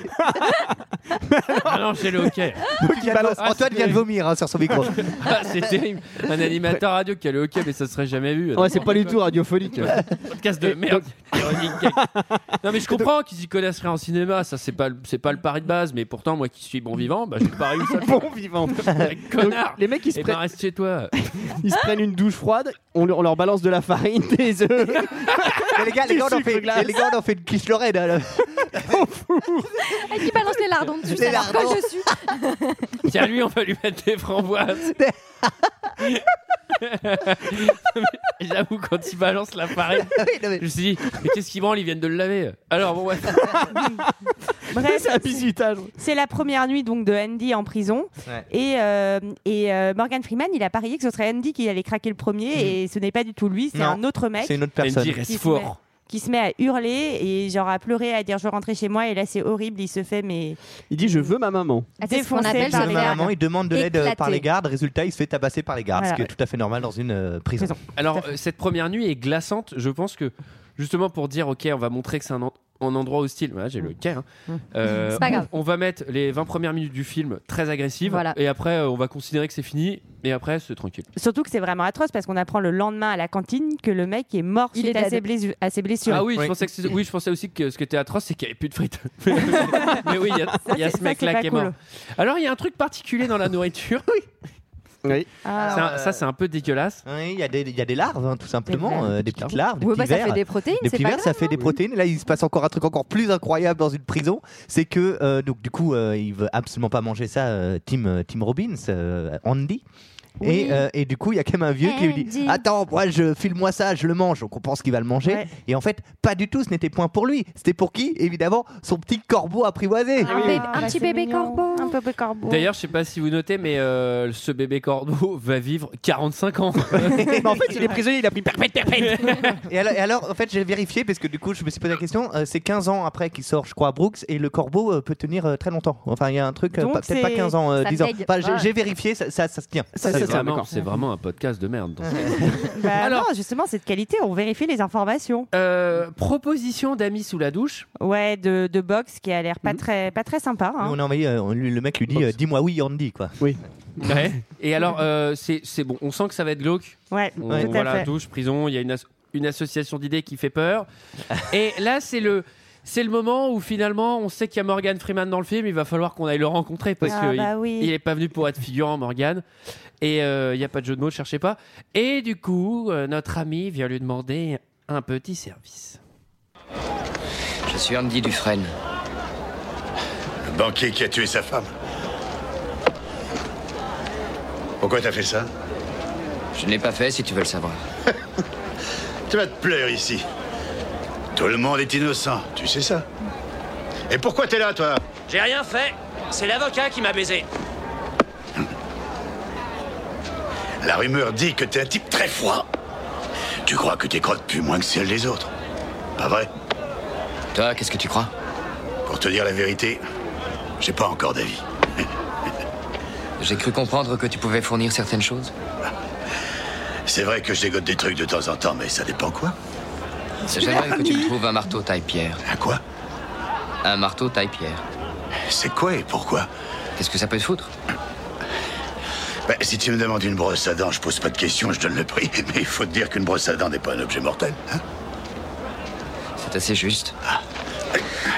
A: Ah non, j'ai le
L: *laughs*
A: hockey.
G: Il balance-
A: Ah,
G: Antoine
A: c'est-
G: vient de vomir hein, sur son
K: *laughs*
G: micro.
A: Ah, c'est terrible. Un animateur radio qui a le hockey, mais ça serait jamais vu.
L: Ouais,
A: *laughs*
L: c'est pas du tout radiophonique.
A: podcast de merde. *laughs* ironique. non mais je comprends qu'ils y connaissent rien en cinéma, ça c'est pas le- c'est pas le pari de base, mais pourtant moi qui suis bon vivant, bah j'ai pas réussi.
L: *laughs* bon vivant. Donc,
A: Connard.
L: les mecs ils se,
A: Eh
L: prennent-
A: ben reste chez toi.
L: ils se prennent une douche froide, on leur, on leur balance de la farine, *laughs* des œufs,
G: Mais les gars, les
L: Du
G: gars, on en
L: sucre
G: fait,
L: glace.
G: les gars, on en fait une quiche Lorraine.
L: *laughs*
G: hein, là.
F: Et qui Ah, balance les lardons dessus,
G: Les
F: ça leur
G: lardons.
F: colle dessus.
A: Tiens lui, on va lui mettre des
L: *laughs*
A: framboises. *laughs* Mais J'avoue quand il balance la farine,
G: Oui, non, mais-
A: je me suis dit mais qu'est-ce qu'ils branlent, ils viennent de le laver. Alors bon ouais.
H: Bref,
L: *laughs* c'est un bisutage.
H: c'est la première nuit donc de Andy en prison
G: Ouais.
H: et euh, et euh, Morgan Freeman, il a parié que ce serait Andy qui allait craquer le premier et ce n'est pas du tout lui, c'est
G: Non.
H: un autre mec
G: C'est une autre
A: Elle me
G: personne.
A: dit reste
H: qui se met-
A: fort.
H: qui se met à hurler et genre à pleurer, à dire je veux rentrer chez moi et là c'est horrible, il se fait mais
L: Il dit je veux ma maman.
F: Ah, c'est ce qu'on
H: Défoncé
F: appelle
H: par
F: dans
G: Sa
H: les
F: les
H: gardes.
F: gardes.
G: maman, il demande de l'aide euh, par
F: Éclaté.
G: les gardes. Résultat, il se fait tabasser par les gardes,
H: Voilà.
G: ce qui est tout à fait normal dans une euh, prison.
H: Prison.
A: Alors euh, cette première nuit est glaçante. Je pense que justement pour dire ok, on va montrer que c'est un, en- un endroit hostile. Voilà,
H: Mmh.
A: j'ai le cas. hein. Euh,
F: C'est pas grave.
A: On va mettre les 20 premières minutes du film très agressives.
F: Voilà.
A: Et après, euh, on va considérer que c'est fini. Et après, c'est tranquille.
H: surtout que c'est vraiment atroce parce qu'on apprend le lendemain à la cantine que le mec est mort
F: Il
H: suite
F: est
H: à
F: dead.
H: ses, blessu- à ses blessures.
A: Ah oui, Je
G: Oui.
A: pensais que c'est- oui, je pensais aussi que ce qui était atroce, c'est qu'il n'y avait plus de
H: *laughs*
A: frites. Mais oui, il y a, il y a
H: c'est-
A: ce
H: ça,
A: mec-là
H: c'est pas
A: qui est
H: cool.
A: mort. Alors, il y a un truc particulier dans la nourriture.
L: Oui.
H: Ah,
A: C'est un- ça, c'est un peu dégueulasse.
G: Oui, il y, a des- il y a des larves, hein, tout simplement,
H: larves,
G: euh, des petites larves, des
F: Ouais,
G: petits
F: bah, ça fait
G: vers.
F: des protéines,
G: Des
F: c'est
G: petits
F: pas
G: vers,
F: grave. hein.
G: ça fait des protéines. Et là, il se passe encore un truc encore plus incroyable dans une prison, c'est que euh, donc du coup, euh, il veut absolument pas manger ça, euh, Tim Tim Robbins, euh, Andy.
F: Oui.
G: Et, euh, et du coup, il y a quand même un vieux qui lui dit
F: Andy.
G: Attends, moi, je file-moi ça, je le mange. Donc, on pense qu'il va le manger.
H: Ouais.
G: Et en fait, pas du tout, ce n'était point pour lui. C'était pour qui Évidemment, son petit corbeau apprivoisé. *laughs*
F: Un, bébé- un petit bébé corbeau.
H: Un bébé corbeau.
A: D'ailleurs, je sais pas si vous notez, mais euh, ce bébé corbeau *laughs* va vivre 45 ans.
L: Mais en fait, il est prisonnier, il a pris perpète, perpète.
G: Et alors, et alors, en fait, j'ai vérifié parce que du coup, je me suis posé la question. euh, c'est 15 ans après qu'il sort, je crois, à Brooks, et le corbeau euh, peut tenir euh, très longtemps. Enfin, il y a un truc, euh,
H: Donc,
G: pas- peut-être pas
H: c'est-
G: 15 ans, euh,
F: ça
G: 10 ans.
F: bègue.
G: Enfin, j'ai-
F: Ouais.
G: j'ai vérifié, ça, ça, ça se tient.
L: Ça, ça,
A: C'est
L: ça,
A: vraiment,
L: d'accord.
A: c'est vraiment un podcast de merde. dans ce cas.
H: Bah
A: Alors-
H: non, justement, cette qualité, on vérifie les informations.
A: Euh, proposition d'amis sous la douche.
H: Ouais, de, de box qui a l'air pas
A: Mhm.
H: très, pas très sympa. hein.
G: Nous, on a envoyé, euh, on lui- le mec lui dit euh, Dis-moi oui, Andy, quoi.
A: Et alors, euh, c'est c'est bon, on sent que ça va être glauque.
H: Ouais,
A: On,
G: Ouais.
H: tout à
A: voilà,
H: fait.
A: douche, prison, il y a une, as- une association d'idées qui fait
H: *laughs*
A: peur. Et là, c'est le. C'est le moment où finalement on sait qu'il y a Morgan Freeman dans le film, il va falloir qu'on aille le rencontrer parce
H: Ah,
A: qu'il
H: bah oui.
A: n'est pas venu pour être figurant Morgan et euh, il n'y a pas de jeu de mots, cherchez pas. Et du coup, euh, notre ami vient lui demander un petit service.
M: Je suis Andy Dufresne.
N: Le banquier qui a tué sa femme. Pourquoi t'as fait ça
M: Je ne l'ai pas fait si tu veux le savoir.
N: *laughs* Tu vas te plaire ici. Tout le monde est innocent, tu sais ça. Et pourquoi t'es là, toi
M: J'ai rien fait. C'est l'avocat qui m'a baisé.
N: La rumeur dit que t'es un type très froid. Tu crois que t'es crottes plus moins que celles des autres. Pas vrai
M: Toi, qu'est-ce que tu crois
N: Pour te dire la vérité, j'ai pas encore d'avis.
M: *laughs* J'ai cru comprendre que tu pouvais fournir certaines choses.
N: C'est vrai que je dégote des trucs de temps en temps, mais ça dépend quoi
H: *laughs*
M: J'aimerais que tu me trouves un marteau taille-pierre.
N: À quoi
M: Un marteau taille-pierre.
N: C'est quoi et pourquoi
M: Qu'est-ce que ça peut te foutre
N: Ben, si tu me demandes une brosse à dents, je pose pas de questions, je donne le prix. *laughs* Mais il faut te dire qu'une brosse à dents n'est pas un objet mortel. hein
M: C'est assez juste.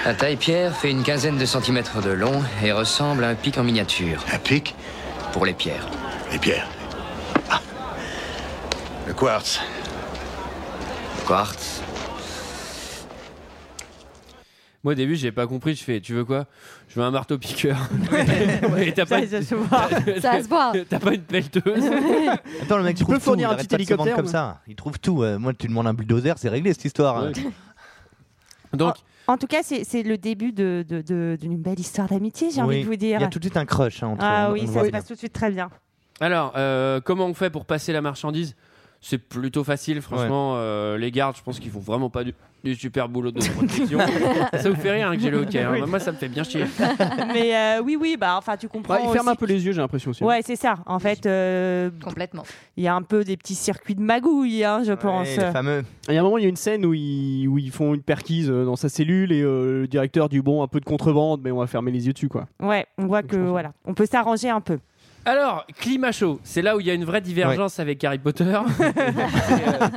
M: Un taille-pierre fait une quinzaine de centimètres de long et ressemble à un pic en miniature
N: un pic
M: pour les pierres.
N: Les pierres. Ah. Le quartz.
M: Quartz.
A: Moi, au début, j'ai pas compris. Je fais, tu veux quoi Je veux un marteau piqueur.
H: *laughs*
A: Et t'as pas.
H: Ça se
A: *laughs*
H: voit.
F: Ça va se voir.
A: T'as pas une pelleteuse.
K: Attends, le mec
G: Tu
K: trouve
G: peux fournir
K: tout,
G: un
K: il
G: petit
K: arrête pas de se vendre
G: hélicoptère,
K: comme
G: ouais.
K: ça. Il trouve tout. Euh, moi, tu demandes un bulldozer, c'est réglé cette histoire.
A: Ouais. Donc,
H: En tout cas, c'est c'est le début d'une de, de, d'une belle histoire d'amitié, j'ai envie de vous
K: Il y a
H: dire.
K: tout de suite un crush. hein, entre
H: Ah
K: on-
H: oui,
K: on
H: ça
K: voit
H: se
K: bien.
H: passe tout de suite très bien.
A: alors, euh, comment on fait pour passer la marchandise C'est plutôt facile, franchement. euh, les gardes, je pense qu'ils font vraiment pas du, du super boulot de *laughs* protection. ça vous fait rire hein, que j'ai le hockey. hein.
H: Oui.
A: Moi, ça me fait bien chier.
H: Mais euh, oui, oui, bah enfin, tu comprends.
G: Bah, il ferme
H: aussi-
G: un peu les yeux, j'ai l'impression aussi.
H: Ouais, c'est ça. En fait, euh,
F: Complètement.
H: il y a un peu des petits circuits de magouille, hein, je pense.
K: Ouais, le fameux.
G: Il y a un moment, il y a une scène où ils, où ils font une perquise euh, dans sa cellule et euh, le directeur dit bon, un peu de contrebande, mais on va fermer les yeux dessus quoi.
H: Ouais, on voit que voilà, on peut s'arranger un peu.
A: Alors, climat chaud, c'est là où il y a une vraie divergence avec Harry *laughs* Potter. C'est, euh,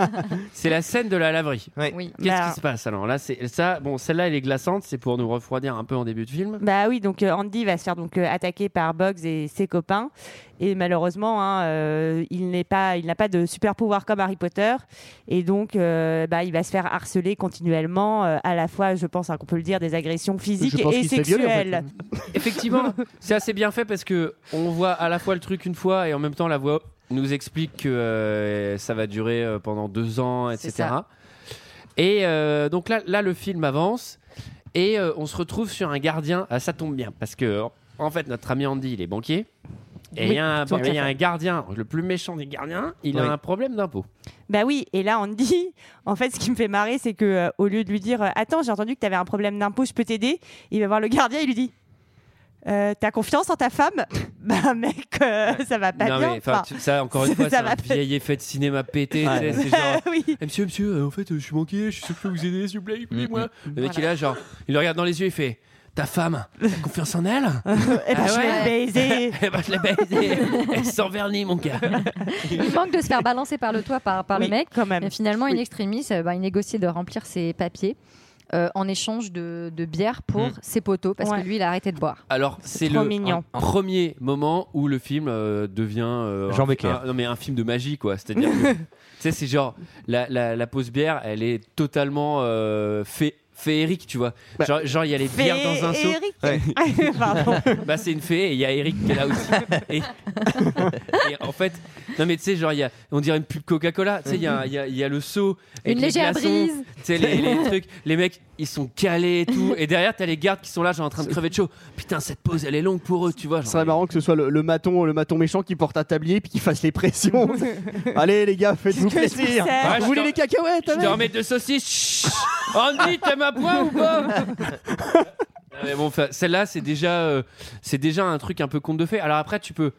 A: c'est la scène de la laverie.
F: Oui.
A: Qu'est-ce
H: Bah-
A: qui se passe alors là c'est ça bon celle-là elle est glaçante c'est pour nous refroidir un peu en début de film
H: Bah oui, donc euh, Andy va se faire donc euh, attaquer par Bugs et ses copains et malheureusement hein, euh, il n'est pas il n'a pas de super pouvoir comme Harry Potter et donc euh, bah, il va se faire harceler continuellement euh, à la fois je pense hein, qu'on peut le dire des agressions physiques
G: Je pense
H: et
G: qu'il se fait
H: sexuelles.
G: violer, en fait.
A: effectivement *laughs* c'est assez bien fait parce que on voit à la fois le truc une fois et en même temps la voix nous explique que euh, ça va durer euh, pendant deux ans
F: C'est
A: etc et euh, donc là là le film avance et euh, on se retrouve sur un gardien ah, ça tombe bien parce que en fait notre ami Andy il est banquier et il y a un-
H: tant qu'à
A: il y a
H: faire.
A: un gardien le plus méchant des gardiens il
K: Oui.
A: a un problème d'impôt
H: Bah oui, et là Andy, *laughs* en fait ce qui me fait marrer c'est que euh, au lieu de lui dire euh, attends, j'ai entendu que tu avais un problème d'impôt, je peux t'aider, il va voir le gardien, il lui dit Euh, t'as confiance en ta femme *laughs* Bah mec, euh, ça va pas
A: non,
H: bien.
A: mais, enfin,
H: Enfin,
A: tu- ça, encore une
H: *laughs* ça
A: fois, c'est
H: va
A: un
H: pas.
A: vieil effet de cinéma pété. tu sais, c'est genre,
H: bah *laughs* oui.
A: Eh, monsieur, monsieur, euh, en fait, euh, je suis manqué, je suis sûr que je peux vous aider, s'il vous plaît, aidez-moi. Mm, Le mec,
F: Voilà.
A: il est là, genre, il le regarde dans les yeux, il fait Ta femme, t'as confiance en elle
H: *laughs* Eh ben,
A: Ah
H: je vais le
F: ouais.
G: *laughs*
H: baiser.
A: Eh ben, je l'ai baisée, elle sans vernis, mon gars.
F: Il manque de se faire balancer par le toit par, par
H: Oui,
F: le mec.
H: quand même.
F: Mais finalement,
H: Oui.
F: une extrémiste, euh, bah, il négocie de remplir ses papiers euh, en échange de, de bière pour ses poteaux parce
H: Ouais.
F: que lui, il a arrêté de boire.
A: Alors, c'est
H: trop
A: le
H: mignon.
A: un- premier moment où le film euh, devient. euh,
K: Jean
A: un-
K: Becker.
A: un- Non, mais un film de magie, quoi. C'est-à-dire
H: *laughs*
A: que, tu sais, c'est genre, la, la, la pause bière, elle est totalement euh, fée- féerique, tu vois.
G: Bah.
A: Genre, genre, il y a les bières dans un seau.
H: Féerique.
K: Ouais.
H: Pardon.
A: Bah c'est une fée et il y a Eric qui est là aussi. Et, et en fait, non mais tu sais genre il y a, on dirait une pub Coca-Cola. Tu sais il y a, il y a- il y a le seau, avec
F: Une
A: les
F: légère
A: glaçons,
F: brise.
A: Tu sais les, les trucs, les mecs ils sont calés et tout. Et derrière t'as les gardes qui sont là genre en train de crever de chaud. Putain cette pause elle est longue pour eux tu vois.
G: Ce
A: genre.
G: serait marrant que ce soit le, le maton, le maton méchant qui porte un tablier puis qui fasse
H: *laughs*
G: les pressions. Allez les gars, faites-vous
H: Qu'est-ce que je
G: plaisir.
H: vous sers
A: Ouais, Ah, je
G: vous voulez
A: t'en-
G: les cacahuètes
A: Je
G: allez
A: te remets deux saucisses. Chut. Andy t'aimes à point ou pas *laughs* Non, mais bon, enfin, celle-là, c'est déjà, euh, c'est déjà un truc un peu conte de fées. Alors après, tu peux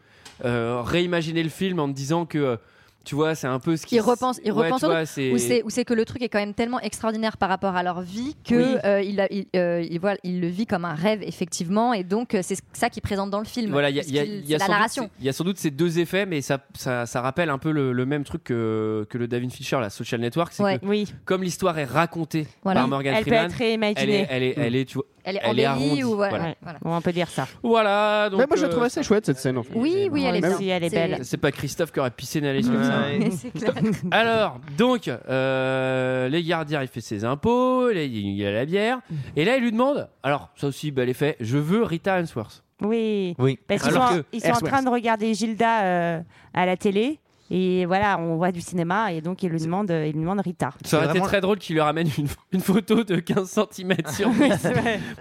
A: euh, réimaginer le film en te disant que, euh, tu vois, c'est un peu ce qui.
F: Il repense- il
A: Ouais,
F: repense
A: tu
F: au
A: vois, c'est-
F: Ou c'est ou c'est que le truc est quand même tellement extraordinaire par rapport à leur vie que euh, il, a- il, euh, il voit- il le vit comme un rêve effectivement et donc euh, c'est ça qu'il présente dans le film.
A: Voilà, il y a, il y a-
F: Puisqu'il-
A: il y a
F: c'est la
A: sans doute
F: narration.
A: ces- il y a sans doute ces deux effets, mais ça, ça, ça rappelle un peu le, le même truc que, que le David Fisher, la Social Network. C'est
F: Ouais.
A: que
H: Oui.
A: comme l'histoire est racontée
F: Voilà.
A: par Morgan
H: Elle peut
A: Freeman,
H: être
A: elle est,
H: réimaginée.
A: elle est, elle
F: Mm.
A: est, tu vois.
F: Elle est
A: Elle est
F: embellie
A: arrondie,
F: ou voilà.
A: voilà.
F: voilà.
H: On peut dire ça.
A: Voilà. Donc,
G: Mais moi je la
A: euh,
G: trouve assez chouette cette scène en fait.
F: Oui, oui, elle est
H: Même
F: bien.
H: si elle est
F: C'est-
H: belle.
A: *laughs* C'est pas Christophe qui aurait pissé dans la liste comme ça. hein.
K: Ouais.
F: *laughs* C'est clair.
A: Alors, donc, euh, les gardiens, il fait ses impôts, là, il y a la bière, et là, il lui demande, alors, ça aussi, bel effet, je veux Rita Hemsworth.
H: Oui.
K: Oui.
H: Parce qu'ils sont,
A: Alors
H: en-
A: que
H: ils sont en
G: Airsworth.
H: train de regarder Gilda euh, à la télé. Et voilà, on voit du cinéma et donc il lui demande, il lui demande
A: *laughs*
H: Rita.
A: Ça aurait
K: C'est
A: été
K: vraiment-
A: très drôle qu'il lui ramène une, une photo de 15 cm *laughs* sur 10,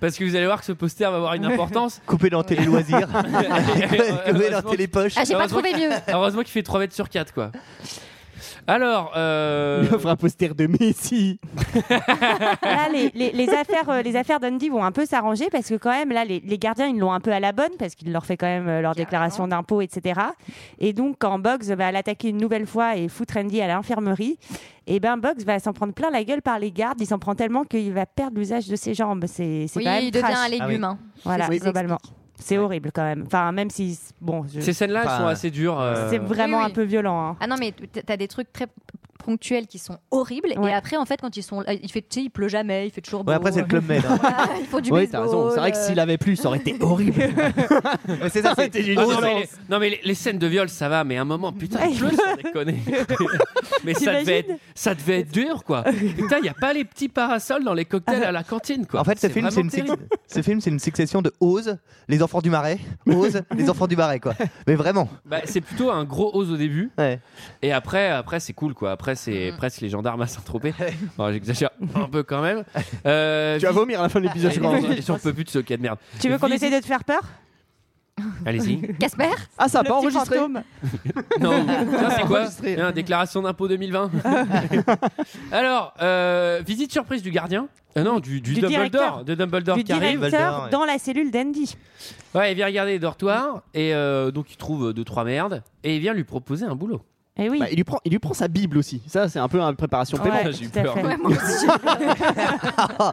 A: parce que vous allez voir que ce poster va avoir une *laughs* importance.
K: Coupé dans télé
A: *laughs*
G: *laughs*
K: loisirs. Coupé dans
A: Heureusement
K: télé poches.
F: Ah, j'ai pas
A: Heureusement
F: trouvé mieux.
A: Heureusement qu'il fait 3 mètres sur 4, quoi. Alors, euh,
G: Il offre un poster de Messi.
H: Là, les, les- les affaires, euh, les affaires d'Andy vont un peu s'arranger parce que quand même, là, les, les gardiens, ils l'ont un peu à la bonne parce qu'il leur fait quand même euh, leur
F: Carrément.
H: déclaration d'impôts, etc. Et donc, quand Box va l'attaquer une nouvelle fois et foutre Andy à l'infirmerie, et ben Box va s'en prendre plein la gueule par les gardes. Il s'en prend tellement qu'il va perdre l'usage de ses jambes. C'est c'est
F: Oui,
H: quand même
F: il devient
H: trash.
F: un légume. hein.
H: Voilà,
F: C'est ce qu'ils
H: globalement. C'est horrible quand même. Enfin, même si bon, je-
A: ces scènes-là, elles
K: Enfin,
A: sont assez dures. euh,
H: c'est vraiment
F: Oui, oui.
H: un peu violent. hein.
F: Ah non, mais t- t'as des trucs très ponctuels qui sont horribles et après en fait quand ils sont là, il fait tu sais il pleut jamais il fait toujours beau
K: Ouais, après, c'est le Club Med,
G: *laughs*
K: hein.
F: *laughs* Voilà, il faut du
G: Oui, t'as
F: baseball
G: raison. C'est vrai que
F: euh,
G: s'il avait plus, ça aurait été horrible. *laughs*
K: c'est ça,
G: c'est
A: Ah, non, mais les, non, mais les- les scènes de viol, ça va, mais à un moment, putain,
G: Ouais.
A: je sans
H: *laughs*
A: déconner. mais ça devait, être, ça devait être dur, quoi. Putain, il n'y a pas les petits parasols dans les cocktails à la cantine, quoi.
K: En fait, ce film, c'est
A: vraiment
K: une, suc-
A: terrible.
K: ce film, c'est une succession de Ose, les enfants du marais, Ose, les enfants du marais, quoi. Mais vraiment.
A: Bah, c'est plutôt un gros hausse au début. Et après, après c'est cool, quoi. Après, c'est
H: Mm.
A: presque les gendarmes à Saint-Tropez. Bon, j'exagère un peu quand même. Euh,
G: Tu vas
A: vis-
G: vomir à la fin de *laughs* l'épisode, je
A: Ah,
G: crois.
A: j'en- J'en peux plus de ce cas de merde.
H: Tu veux qu'on
A: Visite-
H: essaye de te faire peur
A: Allez-y.
F: Casper
G: Ah, ça a
H: Le
G: pas
H: petit
G: enregistré.
H: fantôme.
A: *laughs*
H: *laughs*
A: Non, ça c'est quoi
G: Enregistré.
A: Hein, Déclaration d'impôt 2020. Alors, euh, visite surprise du gardien. Euh, non, du, du
H: Du
A: Dumbledore.
H: directeur.
A: De Dumbledore
H: Du
A: qui arrive.
H: directeur dans la cellule d'Andy.
A: Ouais, il vient regarder les dortoirs et euh, donc il trouve euh, deux trois merdes et il vient lui proposer un boulot.
H: Eh oui.
G: Bah, il, lui prend, il lui prend sa Bible aussi. Ça, c'est un peu une préparation
A: Ouais,
G: paiement.
A: j'ai eu
H: tout à
A: peur.
H: fait.
F: *laughs* ouais, moi aussi, j'ai-
A: Ah.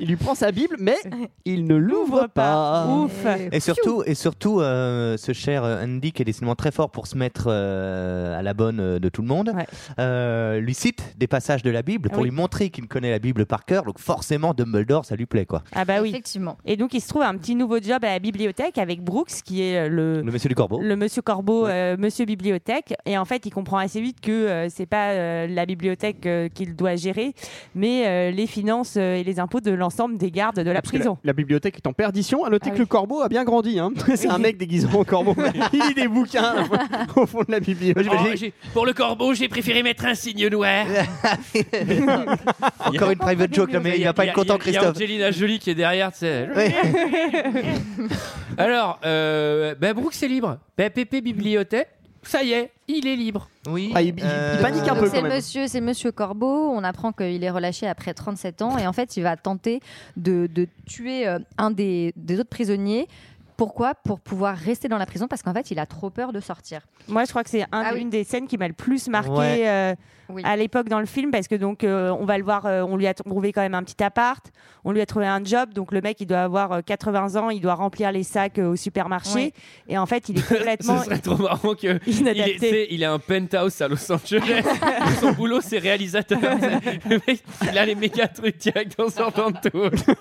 G: Il lui prend sa Bible, mais il ne l'ouvre pas.
H: Ouf.
K: Et surtout, et surtout euh, ce cher euh, Andy, qui est décidément très fort pour se mettre euh, à la bonne euh, de tout le monde,
H: Ouais.
K: euh, lui cite des passages de la Bible pour
A: Ah
H: oui.
K: lui montrer qu'il connaît la Bible par cœur. Donc forcément, Dumbledore, ça lui plaît, quoi.
H: Ah bah oui.
F: effectivement
H: Et donc il se trouve un petit nouveau job à la bibliothèque avec Brooks qui est euh, le
K: Le Monsieur du Corbeau.
H: le monsieur Corbeau, euh, monsieur bibliothèque, et en fait, il comprend assez vite que euh, c'est pas euh, la bibliothèque euh, qu'il doit gérer, mais euh, les finances euh, et les impôts de l'ensemble des gardes de la
G: Parce que
H: prison.
G: La, bibliothèque est en perdition. À noter
F: Ah
G: que
F: oui.
G: le corbeau a bien grandi. hein. C'est un mec déguisé
A: *laughs*
G: en corbeau. Il lit des bouquins au fond de la bibliothèque.
A: Oh, j'ai- pour le corbeau, j'ai préféré mettre un signe noir. Oh,
K: Encore une private joke, là, mais il va pas
A: y a-
K: être content,
A: il y a- Il y a
K: Christophe.
A: Angelina Jolie qui est derrière, tu sais.
K: Oui.
A: *laughs* Alors, euh, ben Brooks est libre. Ben Pépé Bibliothèque, ça y est, il est libre.
K: Oui. euh,
G: Ah, il- il- il panique un peu.
F: Donc, c'est
G: quand même.
F: monsieur, c'est monsieur Corbeau. On apprend qu'il est relâché après 37 ans et en fait, il va tenter de, de tuer euh, un des, des autres prisonniers. Pourquoi Pour pouvoir rester dans la prison parce qu'en fait, il a trop peur de sortir.
H: Moi, je crois que c'est un-
F: Ah oui.
H: une des scènes qui m'a le plus marqué
K: Ouais.
H: euh,
F: Oui.
H: à l'époque dans le film, parce que donc euh, on va le voir, euh, on lui a trouvé quand même un petit appart, on lui a trouvé un job, donc le mec il doit avoir euh, 80 ans, il doit remplir les sacs euh, au supermarché,
F: Oui.
H: et en fait
A: *laughs*
H: il est
A: Ce
H: complètement
A: serait trop marrant que. Il est,
H: inadapté.
A: tu sais, il a un penthouse à Los
K: *laughs*
A: Angeles. son boulot, c'est réalisateur. Le mec, il a les méga trucs direct dans
K: *laughs*
A: son pantoufle.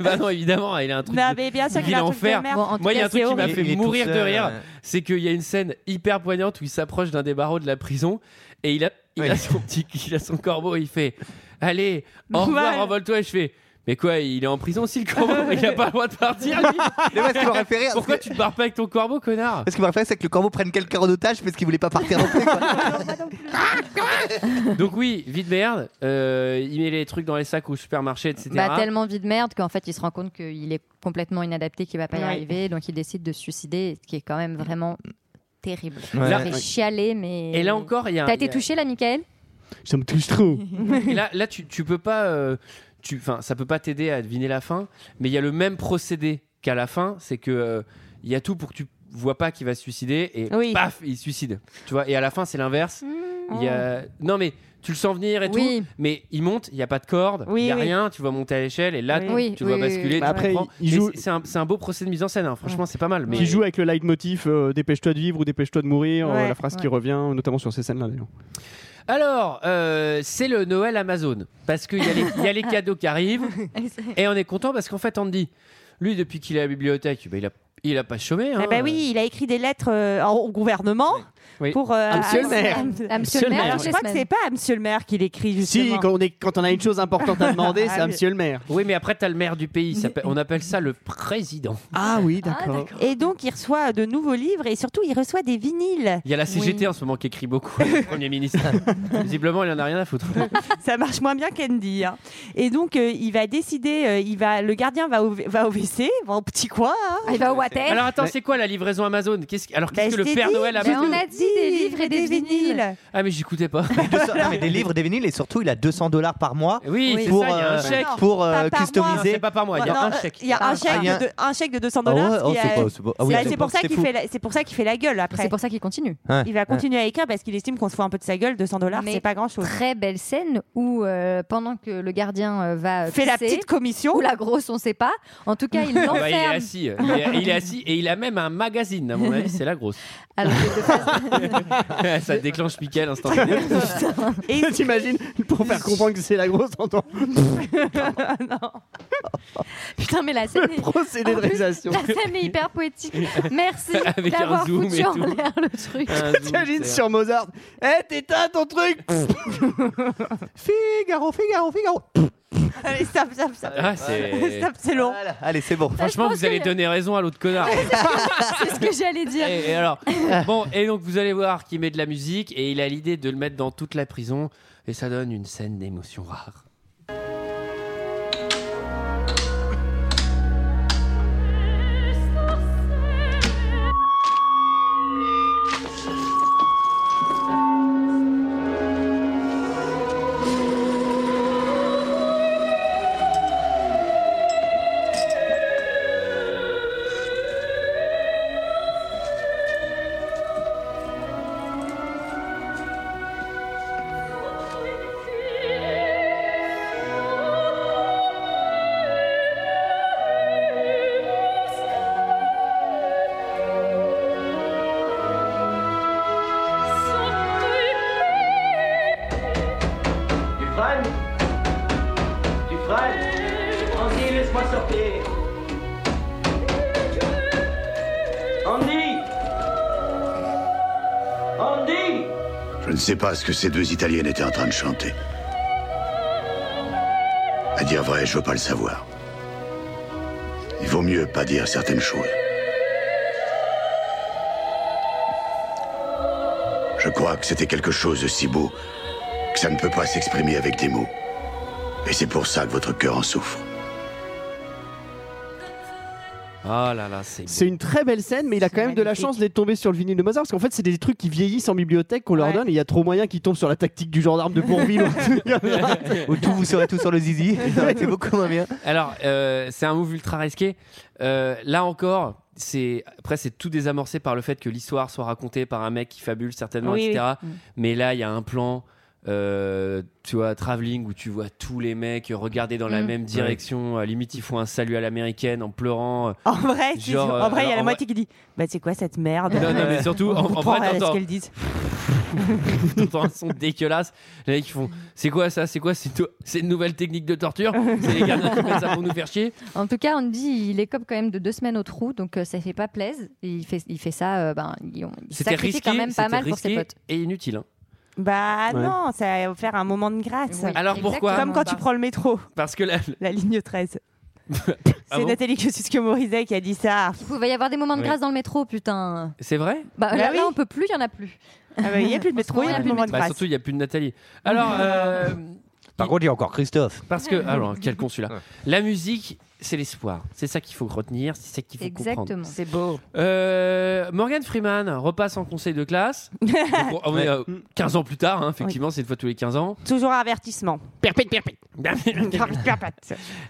A: bah non, évidemment, il a un truc.
H: Non,
A: de-
H: mais bien sûr qu'il
A: Il
H: a
A: est
H: un
A: en
H: truc de
A: fer.
H: Ah, merde.
F: Bon, en tout
A: Moi, il y a
F: cas,
A: un truc
F: c'est
A: qui m'a
K: horrible.
A: fait
K: Il est tout
A: mourir de
K: seul,
A: rire.
K: ouais.
A: C'est qu'il y a une scène hyper poignante où il s'approche d'un des barreaux de la prison et il a, il
K: Oui.
A: a son petit, il a son corbeau et il fait Allez, au revoir,
H: Voilà.
A: envole-toi. Et je fais Mais quoi, il est en prison aussi, le corbeau Il a pas le droit de partir, lui
K: *laughs* Mais moi, ce qui m'aurait fait rire,
A: Pourquoi tu te barres pas avec ton corbeau, connard
K: ce qui m'aurait fait, c'est que le corbeau prenne quelqu'un en otage parce qu'il voulait pas partir non plus. quoi.
A: Donc oui, vite merde, euh, il met les trucs dans les sacs au supermarché, etc.
F: Bah, tellement vie de merde qu'en fait, il se rend compte qu'il est complètement inadapté, qu'il va pas y
H: Oui.
F: arriver. Donc, il décide de se suicider, ce qui est quand même vraiment terrible.
K: Ouais.
F: J'ai chialé, mais.
A: Et là encore, il y a.
F: T'as
A: il
F: été
A: y a-
F: touché là, Michael
G: Ça me touche trop.
A: *laughs* Et Là, là, tu, tu peux pas. euh, tu, enfin, ça peut pas t'aider à deviner la fin, mais il y a le même procédé qu'à la fin, c'est que euh, il y a tout pour que tu vois pas qu'il va se suicider et
H: Oui.
A: paf, il se suicide. Tu vois. Et à la fin, c'est l'inverse. Il y a... Non mais tu le sens venir et
F: Mmh. Oh. Oui.
A: tout, mais il monte, il y a pas de corde, il
H: Oui,
A: y a
H: oui.
A: rien. Tu vois monter à l'échelle et là,
H: Oui.
A: tu-
F: Oui,
A: tu
F: oui,
A: vois
F: oui,
A: basculer.
F: oui.
A: tu
G: Bah après,
A: comprends.
G: il
A: Mais
G: joue-
A: c'est- C'est un, c'est un beau procédé de mise en scène. hein. Franchement, c'est pas mal. Mais
G: Qui joue avec le leitmotiv euh, Dépêche-toi de vivre ou dépêche-toi de mourir. euh,
H: Ouais.
G: la phrase qui
F: Ouais.
G: revient, notamment sur ces scènes-là d'ailleurs.
A: Alors, euh, c'est le Noël Amazon. Parce qu'il y, a les- il y a les cadeaux qui arrivent.
H: *laughs*
A: Et on est content parce qu'en fait, on dit, lui, depuis qu'il est à la bibliothèque, bah, il, a, il a pas chômé.
H: Ah
A: hein.
H: bah oui, il a écrit des lettres euh, en- au gouvernement
A: Oui.
H: pour. euh,
G: Ah, monsieur le maire.
H: à-
F: À monsieur le maire,
H: Alors, je
F: toutes
H: crois
F: les
H: que c'est pas à Monsieur le maire qu'il écrit
G: Si,
H: justement.
G: quand on, est, quand on a une chose importante à demander,
H: Ah
G: c'est à
H: oui.
G: monsieur le maire.
A: Oui, mais après, t'as le maire du pays. Il s'appelle- On appelle ça le président.
G: Ah oui,
F: d'accord.
G: d'accord.
H: Et donc il reçoit de nouveaux livres et surtout il reçoit des vinyles.
A: Il y a la CGT
F: Oui.
A: en ce moment qui écrit beaucoup, le Premier ministre. Visiblement, il en a rien à foutre.
H: Ça marche moins bien qu'Andy. hein. Et donc euh, il va décider, euh, il va, le gardien va au, va au WC, va au petit coin. hein.
F: Ah, Il va au water.
A: Alors attends, c'est quoi la livraison Amazon Qu'est-ce que- Alors,
H: Bah,
A: qu'est-ce que
H: je
A: le
H: t'ai
A: Père
H: dit,
A: Noël
F: mais
A: Amazon
F: on a dit des livres et des vinyles.
A: Ah, mais j'écoutais pas.
K: Et 200 non, mais des livres, des vinyles et surtout, il a 200 dollars par mois
A: Oui,
H: Oui.
A: c'est
K: pour,
A: ça, il y a un
K: euh,
A: chèque.
H: Non,
K: pour euh,
H: pas
A: Non,
H: par mois.
A: c'est
K: customiser.
A: pas par mois, il y a
H: Non,
A: un
H: euh,
A: chèque.
H: Il y a
F: Ah,
H: un chèque,
K: il y a-
H: de, de- un chèque de 200
K: Ah ouais,
H: dollars.
K: oh,
H: qui
K: c'est
H: est-
K: pas- c'est pas- ah oui,
H: c'est-
K: c'est pas-
H: c'est pour ça
K: c'est
H: qu'il
K: fou.
H: fait, la- c'est pour ça qu'il fait la gueule
F: C'est
H: après.
F: pour ça qu'il continue.
K: Ouais.
H: Il va continuer à écrire parce qu'il estime qu'on se fout un peu de sa gueule. 200 dollars,
F: Mais
H: c'est pas grand chose.
F: Très belle scène où, euh, pendant que le gardien euh, va euh,
H: Fait la
F: pisser,
H: petite commission.
F: ou la grosse, on sait pas. En tout cas, il
A: Ah bah, il est
F: l'enferme.
A: assis. Il est, il est assis et il a même un magazine, à mon avis, c'est la grosse.
F: Alors, que de
A: *laughs*
F: face-
A: ça déclenche Mickaël instantanément.
G: Et t'imagines pour faire comprendre que c'est la grosse entente.
F: *laughs*
H: *laughs*
F: Putain, mais la scène.
G: *laughs*
F: est-
G: procédé de
F: En plus,
G: réalisation.
F: La scène est hyper poétique. Merci
G: Avec un
F: d'avoir
G: zoom et
F: foutu en
G: tout.
F: l'air le
A: *laughs*
F: truc.
G: *laughs* T'imagines
H: hein.
G: sur Mozart. Eh, t'éteins ton truc.
H: *laughs*
K: Figaro, Figaro, Figaro.
H: Allez, stop, stop, stop.
A: Ah, c'est-
H: *laughs* Stop, c'est long.
K: Allez, c'est bon.
A: Franchement,
H: pense
A: vous allez
H: que-
A: donner raison à l'autre connard.
F: C'est ce que j'allais dire.
A: Et, et alors, bon, et donc vous allez voir qu'il met de la musique et il a l'idée de le mettre dans toute la prison et ça donne une scène d'émotion rare.
M: Du Dufresne Andy, laisse-moi sortir Andy Andy
N: Je ne sais pas ce que ces deux Italiennes étaient en train de chanter. À dire vrai, je veux pas le savoir. Il vaut mieux pas dire certaines choses. Je crois que c'était quelque chose de si beau que ça ne peut pas s'exprimer avec des mots. Et c'est pour ça que votre cœur en souffre.
A: Ah là là, c'est
G: C'est une très belle scène, mais il a quand même de la chance d'être tombé sur le vinyle de Mozart, parce qu'en fait, c'est des trucs qui vieillissent en bibliothèque qu'on leur donne, et il y a trop moyen qu'ils tombent sur la tactique du gendarme de Bourville.
K: Ou tout, vous serez tout sur le zizi. Ça aurait été beaucoup moins bien.
A: Alors, euh, c'est un move ultra risqué. Euh, là encore, c'est après c'est tout désamorcé par le fait que l'histoire soit racontée par un mec qui fabule certainement,
O: Oui,
A: etc.
O: oui. Mm.
A: Mais là, il y a un plan. euh, tu vois, traveling où tu vois tous les mecs regarder dans la
H: Mm.
A: même direction. À la limite, ils font un salut à l'américaine en pleurant. euh,
H: En vrai, c'est
A: Genre,
H: sûr.
A: euh,
H: en vrai, il y a
A: alors,
H: la
A: en
H: moitié qui dit Bah, c'est quoi cette merde
A: Non, non, mais surtout,
H: On
A: en- en
H: comprend
A: vrai,
H: rien à ce
A: t'entends-
H: qu'elles disent.
A: *laughs* T'entends un son dégueulasse. Les mecs ils font C'est quoi ça C'est quoi C'est une- c'est une nouvelle technique de torture C'est les gardiens qui mettent ça pour nous faire chier
F: En tout cas, Andy, il écope quand même de deux semaines au trou, donc euh, ça fait pas plaise. Et Il fait, il fait ça, euh, ben, il, on- il
A: C'était
F: sacrifie
A: risqué,
F: quand même pas
A: c'était
F: mal pour ses
A: risqué
F: potes.
A: Et inutile. hein.
H: Bah,
A: Ouais.
H: non, ça va faire un moment de
G: Ah,
H: grâce.
A: Oui, Alors pourquoi
H: Comme quand tu prends le métro.
A: Parce que la,
F: *laughs*
H: la ligne 13.
A: Ah
H: c'est
A: bon
H: Nathalie Kosciusko-Morizet qui a dit ça.
F: Il pouvait y avoir des moments de
A: Oui.
F: grâce dans le métro, putain.
A: C'est vrai
F: Bah, là,
H: oui.
F: là, on peut plus, il y en a plus.
H: bah, il y a plus de
F: En ce
H: métro, il y a
F: moment,
H: plus de moment de
A: Bah,
H: grâce.
A: surtout, il n'y a plus de Nathalie. Alors, euh,
K: Par contre, il y a encore Christophe.
A: parce que. ah, Alors, quel con celui-là. La musique, c'est l'espoir. C'est ça qu'il faut retenir, c'est ça qu'il faut comprendre.
F: C'est
H: beau.
A: Euh, Morgan Freeman repasse en conseil de
F: *laughs*
A: classe. Donc, on est, euh, 15 ans plus tard, hein, effectivement, c'est une fois tous les 15
F: *laughs*
A: ans.
H: Toujours un avertissement.
A: Perpète, perpète.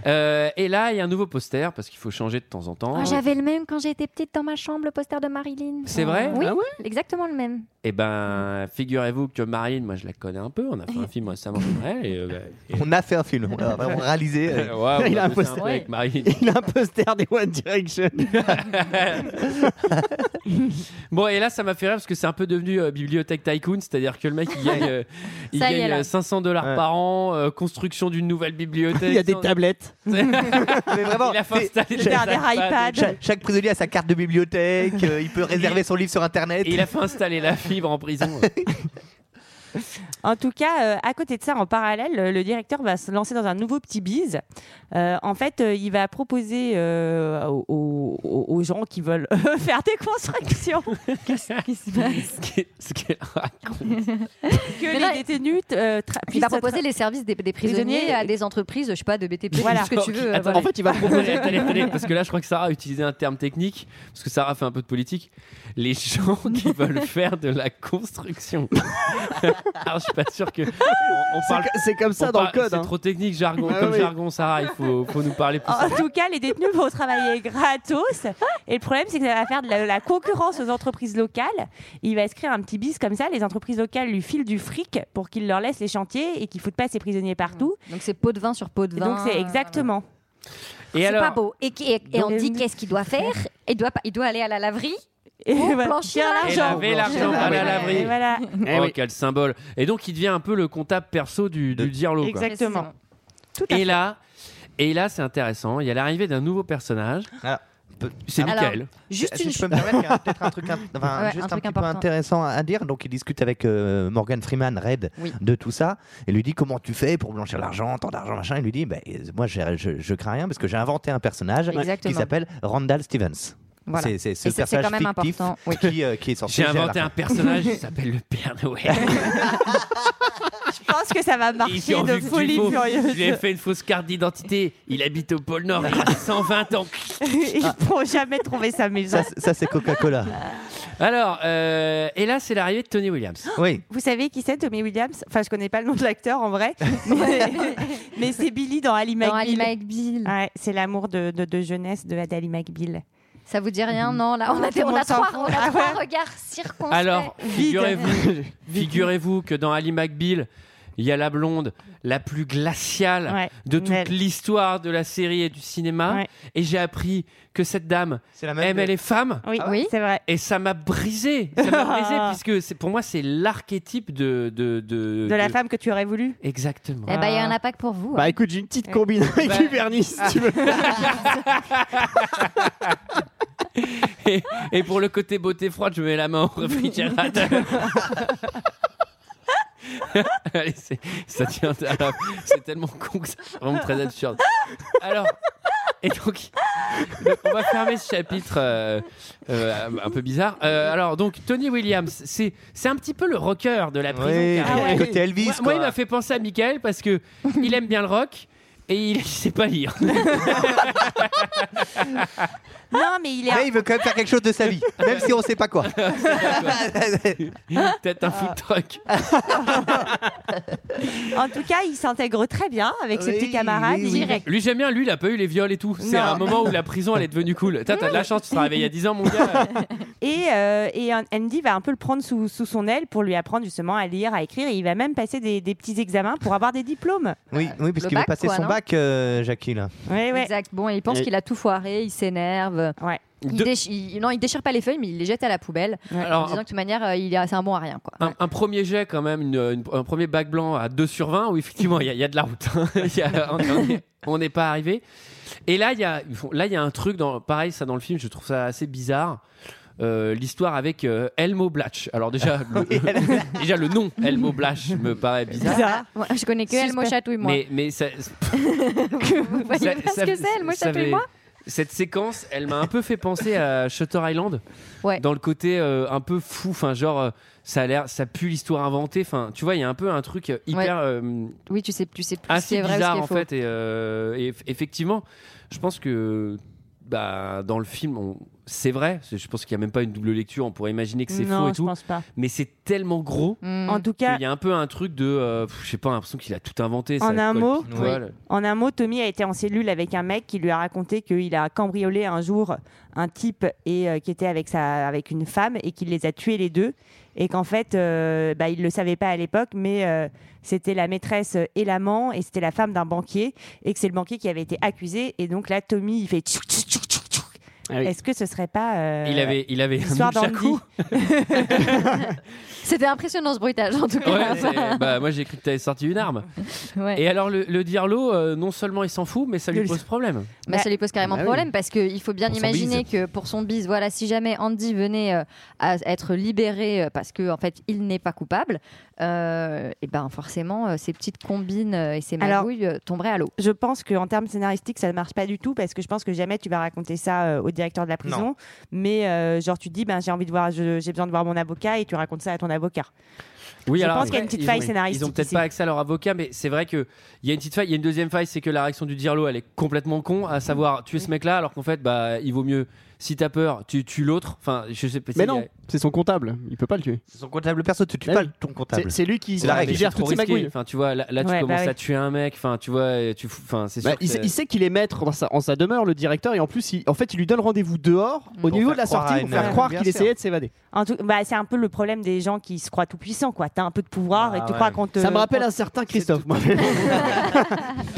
A: Euh, et là, il y a un nouveau poster parce qu'il faut changer de temps en temps.
F: Ah, J'avais le même quand j'étais petite dans ma chambre, le poster de Marilyn.
A: C'est vrai
F: Oui,
A: Ah ouais
F: exactement le même.
A: Eh ben, figurez-vous que Marine, moi je la connais un peu, on a fait un film récemment sur elle. Et, euh, bah, et-
K: On a fait un film. On l'a vraiment réalisé.
A: Ouais, on
K: Il a un
A: bossé
K: poster.
A: peu avec Marine.
G: il a un poster des One Direction.
A: Bon, et là ça m'a fait rire parce que c'est un peu devenu euh, bibliothèque tycoon, c'est-à-dire que le mec il gagne, euh, il
F: Ça y est,
A: gagne
F: là.
A: euh, 500 dollars par an, euh, construction d'une nouvelle bibliothèque.
G: Il y a des
A: sans- *laughs*
G: tablettes.
K: Mais vraiment,
A: Il a fait
K: c'est-
A: installer des
K: chaque-
A: iPads.
K: Chaque, chaque prisonnier a sa carte de bibliothèque. euh, il peut réserver son livre sur internet.
A: Et il a fait installer la fibre en prison.
H: En tout cas, euh, à côté de ça, en parallèle, euh, le directeur va se lancer dans un nouveau petit bise. Euh, en fait, euh, il va proposer *laughs* euh, aux, aux- aux gens qui
M: *laughs*
H: veulent faire des constructions
F: Qu'est-ce qui se
A: passe Ce qu'elle raconte.
H: que les détenus euh, tra-
F: Il
H: puissent
F: va
H: tra-
F: proposer les services des, des prisonniers
H: Prisonniers.
F: à des entreprises, je sais pas, de BTP,
H: Voilà.
F: tout ce que tu veux. euh,
A: Attends,
F: voilà.
A: Attendez, attendez, attendez, parce que là, je crois que Sarah a utilisé un terme technique, parce que Sarah fait un peu de politique. Les gens *laughs* qui veulent faire de la construction. *laughs* Alors, je suis pas sûr que. On, on
G: C'est
A: parle.
G: co- c'est comme ça
A: on
G: dans le
A: parle-
G: code,
A: C'est
G: hein.
A: trop technique, jargon.
G: Ah
A: comme
G: oui.
A: jargon, Sarah, il faut, faut nous parler plus.
H: En tout cas, les détenus vont travailler gratos. Et le problème, c'est que ça va faire de la, la concurrence aux entreprises locales. Il va inscrire un petit bis comme ça. Les entreprises locales lui filent du fric pour qu'il leur laisse les chantiers et qu'il foutent pas ses prisonniers partout.
F: Donc c'est pot de vin sur pot de vin.
H: Donc c'est exactement.
A: Et
F: c'est
A: alors-
F: pas beau. Et, qui- et- et on
H: Donc-
F: dit qu'est-ce qu'il doit faire il doit, pas- il doit aller à la laverie
M: *laughs* Et
F: Oh,
M: voilà.
F: plancher
M: Bien
F: à
A: Elle
M: l'argent.
A: avait l'argent
M: Voilà.
A: à la laverie.
M: Et voilà.
A: Oh, quel symbole. Et donc, il devient un peu le comptable perso du, du Diarlo. quoi.
M: Exactement.
A: Et là, et là c'est intéressant. Il y a l'arrivée d'un nouveau personnage. C'est
G: Alors,
A: Michael.
G: juste
A: Euh,
G: Si une je peux me chose. permettre, il y a peut-être un truc int- enfin,
F: Ouais,
G: juste
F: un
G: un,
F: truc
G: petit peu
F: important.
G: intéressant à dire. Donc, il discute avec euh, Morgan Freeman, Red,
F: Oui.
G: de tout ça. Et lui dit Comment tu fais pour blanchir l'argent, tant d'argent, machin. Il lui dit Bah, euh, Moi, j'ai- je, je crains rien parce que j'ai inventé un personnage
F: Exactement.
G: qui s'appelle Randall Stevens.
F: Voilà.
G: C'est- C'est ce
F: Et c'est- c'est
G: personnage
F: quand même
G: fictif
F: important,
G: qui, euh, qui est sorti.
A: J'ai
G: à la
A: inventé
F: *laughs*
G: fin.
A: un personnage qui s'appelle le Père Noël.
M: *laughs* Je pense que ça va
A: Ici,
M: marcher
A: en
M: de
A: vue que tu
M: folie
A: fous,
M: furieuse.
A: Je lui ai fait une fausse carte d'identité. Il habite au pôle Nord.
M: *laughs*
A: Il a 120 ans.
M: Ils pourront jamais trouver sa maison.
G: Ça,
F: *laughs*
G: c'est Coca-Cola.
F: Ah
A: Alors, euh, et là, c'est l'arrivée de Tony
M: Oh,
A: Williams.
G: Oui.
M: Vous savez qui c'est, Tommy Williams Enfin, je connais pas le nom de l'acteur en vrai, mais, *laughs* mais c'est Billy dans Ali McBeal.
F: Ali
H: Ah.
M: Ouais, c'est l'amour de, de- de jeunesse de d'Ali McBeal.
F: Ça vous dit rien Non, là, on a,
M: Tout le
F: on
M: monde
F: a
M: s'en
F: trois,
M: fout.
F: on a
M: Ah
F: trois
M: ouais.
F: regards circonspects.
A: Alors,
M: *laughs*
A: figurez-vous figurez-vous que dans Ali McBeal, il y a la blonde la plus glaciale
M: Ouais,
A: de toute
M: Nell.
A: l'histoire de la série et du cinéma.
M: Ouais.
A: Et j'ai appris que cette dame aime
G: que-
A: les femmes.
M: Oui,
F: Ah
M: c'est vrai.
A: Et ça m'a brisé. Ça m'a *laughs* brisé puisque c'est- pour moi, c'est l'archétype de, de, de,
M: De la
A: de-
M: femme que tu aurais voulu
A: Exactement.
F: Eh ben, il y en a pas que pour vous. hein.
H: Bah écoute, j'ai une petite combine avec
A: Bah.
H: Hubernis, si tu
F: Ah.
H: veux.
A: *laughs* Et, et pour le côté beauté froide, je mets la main au réfrigérateur. *laughs* Allez, c'est- ça tient à- C'est tellement con que c'est vraiment très absurde. Alors, et donc, donc on va fermer ce chapitre euh, euh, un peu bizarre. Euh, alors, donc, Tony Williams, c'est c'est un petit peu le rocker de la prison.
G: Oui,
A: carrément.
G: Ah ouais. côté Elvis,
A: Moi, moi,
G: quoi.
A: il m'a fait penser à Michael parce que il aime bien le rock et il *laughs* sait pas lire.
M: Non, mais il est.
G: Mais il veut quand même faire quelque chose de sa vie, même si on
F: *laughs*
G: sait pas quoi.
A: Peut-être un food truck.
M: En tout cas, il s'intègre très bien avec ses
G: Oui,
M: petits camarades.
G: oui, oui.
M: Direct.
A: Lui, j'aime bien. Lui, il a pas eu les viols et tout. C'est
M: Non.
A: un moment où la prison, elle est devenue cool. T'as t'as de la chance, tu te réveillé il y a 10 ans, mon gars.
M: Et, euh, et un- Andy va un peu le prendre sous, sous son aile pour lui apprendre justement à lire, à écrire. Et il va même passer des, des petits examens pour avoir des diplômes.
G: Oui, oui parce
F: euh, Le
G: qu'il veut
F: bac,
G: passer
F: quoi,
G: son
F: non
G: bac, euh, Jackie, là.
M: Eh Ouais, ouais.
F: Exact. Bon, il pense
G: Et-
F: qu'il a tout foiré, il s'énerve. Il
A: De-
F: déch- il- non, il déchire pas les feuilles, mais il les jette à la poubelle.
A: Alors,
F: en disant que de toute manière, euh, il est assez un bon à rien. Quoi.
A: Un, un premier jet, quand même, une- une- un premier bac blanc à 2 sur 20, où effectivement, il y, a- il y a de la route. hein. *laughs* Il y a- on- on est- on n'est pas arrivé. Et là, il y a, là, il y a un truc, dans, pareil, ça dans le film, je trouve ça assez bizarre. Euh, L'histoire avec euh, Elmo Blatch. Alors, déjà, le, le- *laughs* déjà, le nom Elmo Blatch me paraît bizarre.
F: Moi, je connais que elle, moi, chatouille, moi.
A: Mais, mais ça,
F: *laughs* Vous voyez pas ce que c'est, elle, moi,
A: ça
F: chatouille,
A: avait-
F: moi
A: Cette séquence, elle m'a un peu fait penser à Shutter Island.
F: Ouais.
A: Dans le côté euh, un peu fou, enfin genre euh, ça a l'air, ça pue l'histoire inventée. Enfin, tu vois, il y a un peu un truc euh, hyper
F: Ouais.
A: euh,
F: Oui, tu sais, tu sais plus ce qui
A: assez
F: est vrai ou ce
A: bizarre
F: qui est
A: en
F: faux.
A: fait. Et, euh, et eff- effectivement, je pense que bah, dans le film, on- c'est vrai. C'est- Je pense qu'il n'y a même pas une double lecture. On pourrait imaginer que c'est
M: Non,
A: faux et
M: je
A: tout.
M: pense pas.
A: Mais c'est tellement gros.
F: Hmm.
M: En tout cas,
A: qu'il y a un peu un truc de, euh, pff, je sais pas, l'impression qu'il a tout inventé.
M: En
A: ça
M: un
A: colle
M: mot,
A: pile poil.
M: En un mot, Tommy a été en cellule avec un mec qui lui a raconté qu'il a cambriolé un jour un type et euh, qui était avec sa avec une femme et qu'il les a tués les deux et qu'en fait euh, bah, il le savait pas à l'époque mais euh, c'était la maîtresse et l'amant et c'était la femme d'un banquier et que c'est le banquier qui avait été accusé et donc là Tommy il fait tchouk, tchouk, tchouk, tchouk, tchouk.
A: Ah oui.
M: Est-ce que ce serait pas euh,
A: Il avait, il avait un
M: l'histoire
A: nunchaku.
M: d'Andy
F: C'était impressionnant ce bruitage, en tout cas.
A: Ouais, c'est- bah, moi j'ai cru que t'avais sorti une arme.
F: Ouais.
A: Et alors le, le Diarlo, euh, non seulement il s'en fout, mais ça lui
F: Il-
A: pose problème.
F: Bah, ça lui pose carrément
A: Bah oui.
F: problème parce qu'il faut bien
A: Pour son
F: imaginer
A: bise.
F: que pour son bise, voilà, si jamais Andy venait euh, à être libéré euh, parce que en fait il n'est pas coupable, euh, et ben forcément euh, ses petites combines euh, et ses
M: Alors-
F: magouilles euh, tomberaient à l'eau.
M: Je pense qu'en termes scénaristiques, ça ne marche pas du tout parce que je pense que jamais tu vas raconter ça euh, au directeur de la prison.
F: Non.
M: Mais euh, genre, tu dis, ben, j'ai envie de voir, je- j'ai besoin de voir mon avocat et tu racontes ça à ton avocat. je pense qu'il y a une petite
A: ils
M: faille
A: ont-
M: scénaristique
A: Ils ont peut-être pas accès à leur avocat, mais c'est vrai que il y a une petite faille. Il y a une deuxième faille, c'est que la réaction du Diarlo, elle est complètement con, à savoir tuer ce mec-là, alors qu'en fait, bah, il vaut mieux. Si t'as peur, tu tues l'autre. Enfin, je sais pas.
H: Mais
A: il y a-
H: non, c'est son comptable, il peut pas le tuer.
G: Son comptable perso, tu tues pas le- ton comptable.
H: Bah C'est- c'est lui qui-
G: la
H: qui
G: règle.
H: gère
A: Ah, c'est trop
H: toutes ses
A: risqué.
H: magouilles.
A: Enfin, tu vois, là, là, tu
H: Ouais, bah
A: commences
H: ouais.
A: à tuer un mec. Enfin, tu vois, et tu, fous- enfin, c'est
H: Bah,
A: sûr.
H: il,
A: que-
H: sait, il sait qu'il est maître dans sa, en sa demeure, le directeur, et en plus, il- en fait, il lui donne rendez-vous
F: Mm.
H: dehors, au niveau
G: faire
H: de la
G: croire à
H: sortie, pour
G: une-
H: faire croire
G: Bien
H: qu'il
G: sûr.
H: essayait de s'évader.
M: En tout, bah, c'est un peu le problème des gens qui se croient tout puissants,
H: quoi. T'as un peu de
A: Ah,
H: pouvoir et tu crois qu'on te.
G: Ça me rappelle un
A: *laughs*
G: certain Christophe. moi.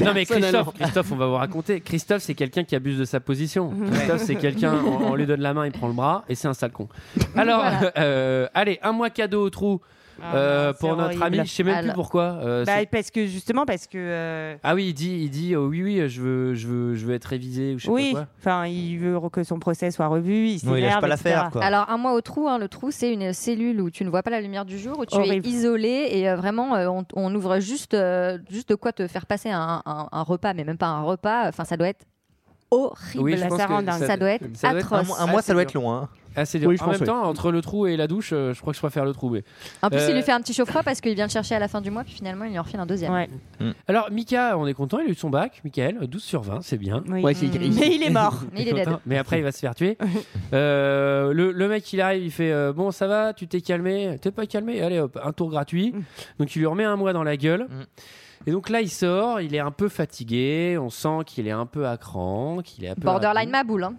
A: Non mais
G: Personnellement.
A: Christophe, Christophe, on va vous raconter. Christophe, c'est quelqu'un qui abuse de sa position.
G: Mhm.
A: Christophe,
G: Ouais.
A: c'est
H: *laughs*
A: quelqu'un, on, on lui donne la main, il prend le bras, et c'est un sale con. Alors,
H: Voilà.
A: euh, allez, un mois cadeau au trou euh,
H: Ah,
A: pour
H: c'est
A: notre
H: horrible.
A: ami. Je sais même plus
H: Alors.
A: pourquoi. euh,
H: Bah,
A: c'est-
H: parce que justement, parce que. euh,
A: ah oui, il dit, il dit, euh, oui, oui, je veux, je veux, je veux être révisé ou je sais
H: Oui,
A: pas quoi.
H: enfin, il veut que son procès soit revu. Il s'énerve. etc.
F: Alors, un mois au trou, hein, le trou, c'est une cellule où tu ne vois pas la lumière du jour, où tu
H: Horrible.
F: es isolé et euh, vraiment, euh, on, on ouvre juste, euh, juste de quoi te faire passer un, un- un repas, mais même pas un repas. Enfin, ça doit être horrible.
A: Oui, je pense que
F: Ça doit être
A: ça doit
F: atroce.
G: Ah,
K: Un mois, ça doit être long. hein.
A: Assez Ah, dur.
K: Oui, je
A: en
K: pense,
A: même
K: oui.
A: temps, entre le trou et la douche, euh, je crois que je préfère le trou. mais-
F: En plus, il
A: Euh,
F: lui fait un petit chaud froid parce qu'il vient le chercher à la fin du mois, puis finalement, il lui en refile un deuxième.
A: Alors, Mika, on est content, il a eu son bac. Michael, 12 sur 20, c'est bien.
G: Ouais, c'est- il- Mais il
A: *laughs*
G: est mort.
F: Mais il est dead.
A: Mais après, il va se faire tuer. Euh, le, le mec, il arrive, il fait euh, Bon, ça va, tu t'es calmé, t'es pas calmé, allez hop, un tour gratuit. Donc, il lui remet un mois dans la gueule. Et donc là, il sort, il est un peu fatigué, on sent qu'il est un peu à cran, qu'il est un peu.
F: Borderline
A: *laughs*
F: ma boule. hein.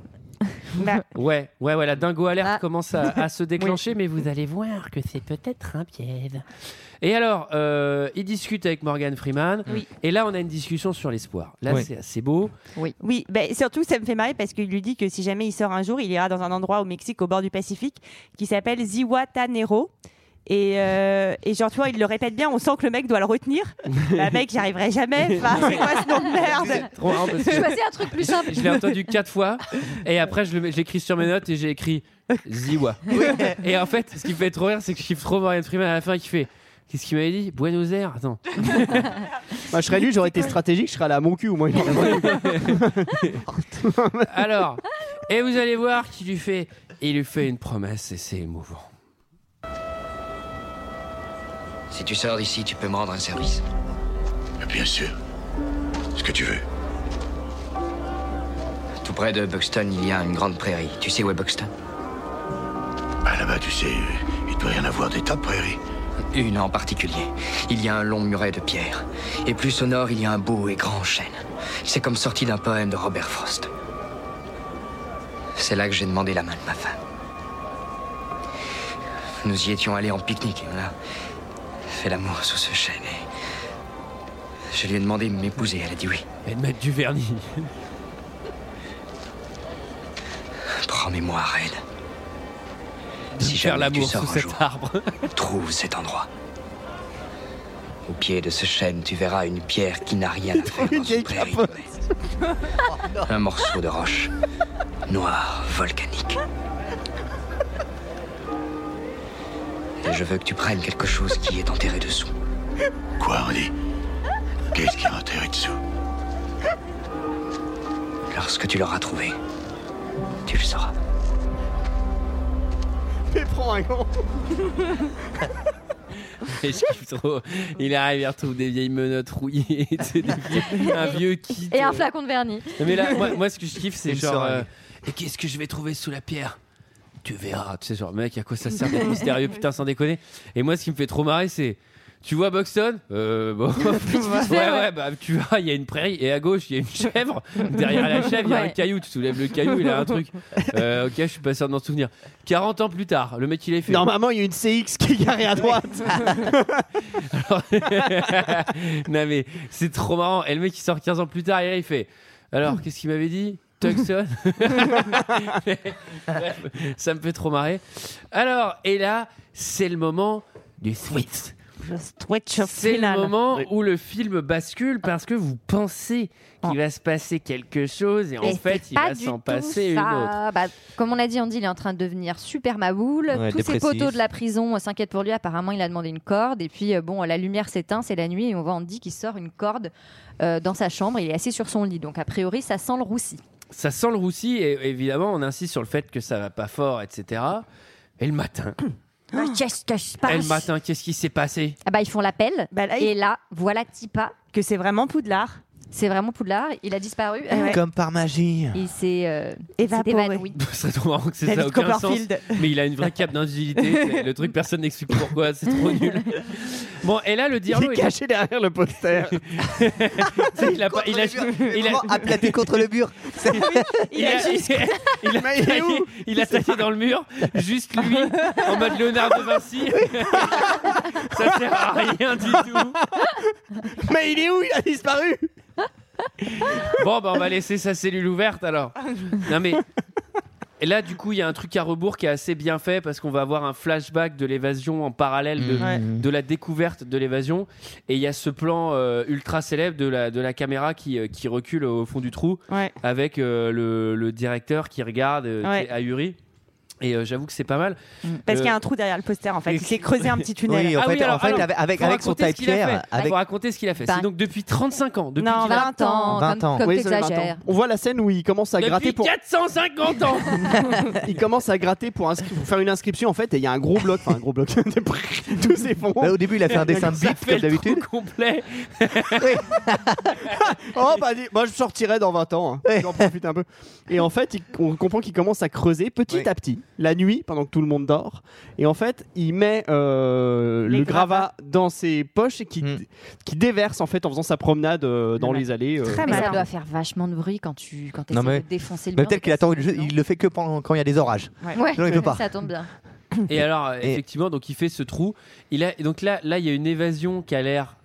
A: Ouais, ouais, ouais, la dingo alerte commence à, à se déclencher, mais vous allez voir que c'est peut-être un piège. Et alors, euh, il discute avec Morgan Freeman, et là, on a une discussion sur l'espoir. Là,
H: Oui.
A: c'est assez beau.
F: Oui.
H: Oui, ben, surtout, ça me fait marrer parce qu'il lui dit que si jamais il sort un jour, il ira dans un endroit au Mexique, au bord du Pacifique, qui s'appelle Zihuatanero. Et, euh, et genre, tu vois, il le répète bien, on sent que le mec doit le retenir. bah, mec, j'y arriverai jamais. *laughs* Enfin, c'est quoi ce nom de merde
A: Trop marrant parce que-
F: Choisis un truc plus simple.
A: Je l'ai entendu quatre fois et après je le- je l'écris sur mes notes et j'ai écrit Ziwa. Et en fait, ce qui me fait trop rire, c'est que je kiffe trop Morgan Freeman à la fin qui fait Qu'est-ce qu'il m'avait dit Buenos Aires Attends.
G: *laughs* Moi, je serais lui, j'aurais été stratégique, je serais allé à mon cul au moins. Il aurait-
A: Alors, et vous allez voir qu'il lui fait il lui fait une promesse et c'est émouvant.
B: Si tu sors d'ici, tu peux me rendre un service.
N: Bien sûr. Ce que tu veux.
B: Tout près de Buxton, il y a une grande prairie. Tu sais où est Buxton
N: Ah, là-bas, tu sais, euh, il doit y en avoir des tas de prairies.
B: Une en particulier. Il y a un long muret de pierre. Et plus au nord, il y a un beau et grand chêne. C'est comme sorti d'un poème de Robert Frost. C'est là que j'ai demandé la main de ma femme. Nous y étions allés en pique-nique et on a fait l'amour sous ce chêne. et Je lui ai demandé de m'épouser. Elle a dit oui.
A: Et de mettre du vernis.
B: Promets-moi, Raël. Si
A: faire
B: jamais tu
A: l'amour
B: sors
A: sous
B: un
A: cet
B: jour,
A: arbre. *laughs*
B: trouve cet endroit. Au pied de ce chêne, tu verras une pierre qui n'a rien à faire dans une prairie. Un morceau de roche noire, volcanique. Et je veux que tu prennes quelque chose qui est enterré dessous.
N: Quoi, Andy Qu'est-ce qui est enterré dessous
B: Lorsque tu l'auras trouvé, tu le sauras.
G: Mais prends un gant.
A: Et je kiffe trop. Il arrive, il retrouve des vieilles menottes rouillées, *laughs* tu sais, des vieux- un vieux kit.
F: Et un
A: euh,
F: flacon de vernis.
A: Non, mais là, moi, moi, ce que je kiffe, c'est
K: Une
A: genre.
K: seringue.
A: euh, et qu'est-ce que je vais trouver sous la pierre Tu verras. Tu sais, genre, mec, à quoi ça sert d'être mystérieux, putain, sans déconner. Et moi, ce qui me fait trop marrer, c'est. Tu vois Buxton Euh, bon. *laughs* ouais, ouais, bah tu vois, il y a une prairie et à gauche, il y a une chèvre. Derrière la chèvre, il y a un
K: Ouais.
A: caillou. Tu soulèves le caillou, il a un truc. Euh, ok, je suis pas sûr de m'en souvenir. 40 ans plus tard, le mec, il est fait.
G: Normalement, il y a une CX qui est garée à droite.
A: *laughs* non mais c'est trop marrant. Et le mec il sort 15 ans plus tard et là il fait Alors qu'est-ce qu'il m'avait dit
F: *laughs*
A: Tucson Bref, Ça me fait trop marrer. Alors, et là, c'est le moment du switch. C'est le
H: final.
A: moment où le film bascule parce que vous pensez qu'il va se passer quelque chose et en
F: Et
A: fait il
F: Ah. c'est pas
A: va
F: du
A: s'en
F: tout
A: passer
F: ça.
A: une autre.
F: Bah, comme on l'a dit, Andy, il est en train de devenir super maboule.
A: Ouais,
F: Tous
A: dépressif.
F: ses poteaux de la prison euh, s'inquiètent pour lui. Apparemment, il a demandé une corde. Et puis, euh, bon, la lumière s'éteint, c'est la nuit. Et on voit Andy qui sort une corde euh, dans sa chambre. Il est assis sur son lit. Donc, a priori, ça sent le roussi.
A: Ça sent le roussi et évidemment on insiste sur le fait que ça va pas fort, etc. Et le matin,
F: Qu'est-ce que je
A: et le
F: passe
A: matin, qu'est-ce qui s'est passé
F: Ah bah, ils font l'appel. Et là, voilà Tipa.
H: Que c'est vraiment Poudlard.
F: C'est vraiment Poudlard. Il a disparu.
G: Euh,
K: Comme par magie.
F: Il s'est euh,
H: Évaporé.
F: s'est évanoui.
A: Ce serait trop marrant que c'est
F: David
A: ça aucun sens.
F: Copperfield.
A: Mais il a une vraie cape d'invisibilité. le truc, personne n'explique pourquoi. C'est trop nul. Bon, et là, le dirlo.
G: Il est caché derrière le poster.
A: il a pas. Il a. Il a.
K: aplaté contre le
A: *laughs*
K: mur.
A: Il a juste. Il a taillé, il a taillé dans le mur. Juste lui, en mode Léonard de Vinci. Ça sert à rien du tout.
G: Mais il est où Il a disparu.
A: Bon, bah, on va laisser sa cellule ouverte alors. Non, mais. Et là, du coup, il y a un truc à rebours qui est assez bien fait parce qu'on va avoir un flashback de l'évasion en parallèle de,
K: Mhm.
A: de la découverte de l'évasion. Et il y a ce plan euh, ultra célèbre de la, de la caméra qui, euh, qui recule au fond du trou
H: Ouais.
A: avec euh, le, le directeur qui regarde, euh,
H: Ouais.
A: qui est ahuri. Et euh, j'avoue que c'est pas mal.
H: Parce qu'il y a
A: Euh,
H: un trou derrière le poster, en fait. Il s'est creusé un petit tunnel.
A: Ah oui, alors, alors, faut raconter ce
K: taille
A: qu'il a
K: pierre,
A: fait.
K: avec-
A: Faut raconter ce qu'il a fait. C'est donc depuis 35 ans. Depuis
G: Non,
A: qu'il a-
G: 20 ans,
K: 20 comme- ans. comme
G: Oui, ça fait 20 ans.
K: t'exagères.
G: On voit la scène où il commence à
A: Depuis
G: gratter pour
A: 450 ans.
G: il commence à gratter pour, inscri- pour faire une inscription en fait et il y a un gros bloc, enfin un gros bloc, tout s'effondre.
K: Bah, au début, il a fait un dessin de
G: Ça
K: bite,
G: fait
K: comme
G: le
K: d'habitude.
G: trou
A: complet.
G: oh bah dis- moi je sortirai dans 20 ans, hein. j'en profite un peu. Et en fait, il- on comprend qu'il commence à creuser petit à petit, la nuit, pendant que tout le monde dort. Et en fait, il met euh, le gravat dans ses poches et qui, qui déverse en fait en faisant sa promenade euh, dans les allées. euh.
F: Mais ça doit faire vachement de bruit quand tu quand
K: Non,
F: essaies
K: mais-
F: de défoncer le
K: mais
F: mur.
K: peut-être qu'il attend, une- il le fait que pendant- quand il y a des orages.
F: Ouais,
K: Sinon, il peut pas.
F: ça tombe bien.
A: Et alors, euh, effectivement, donc il fait ce trou. Il a, et donc là, là, il y a une évasion qui a l'air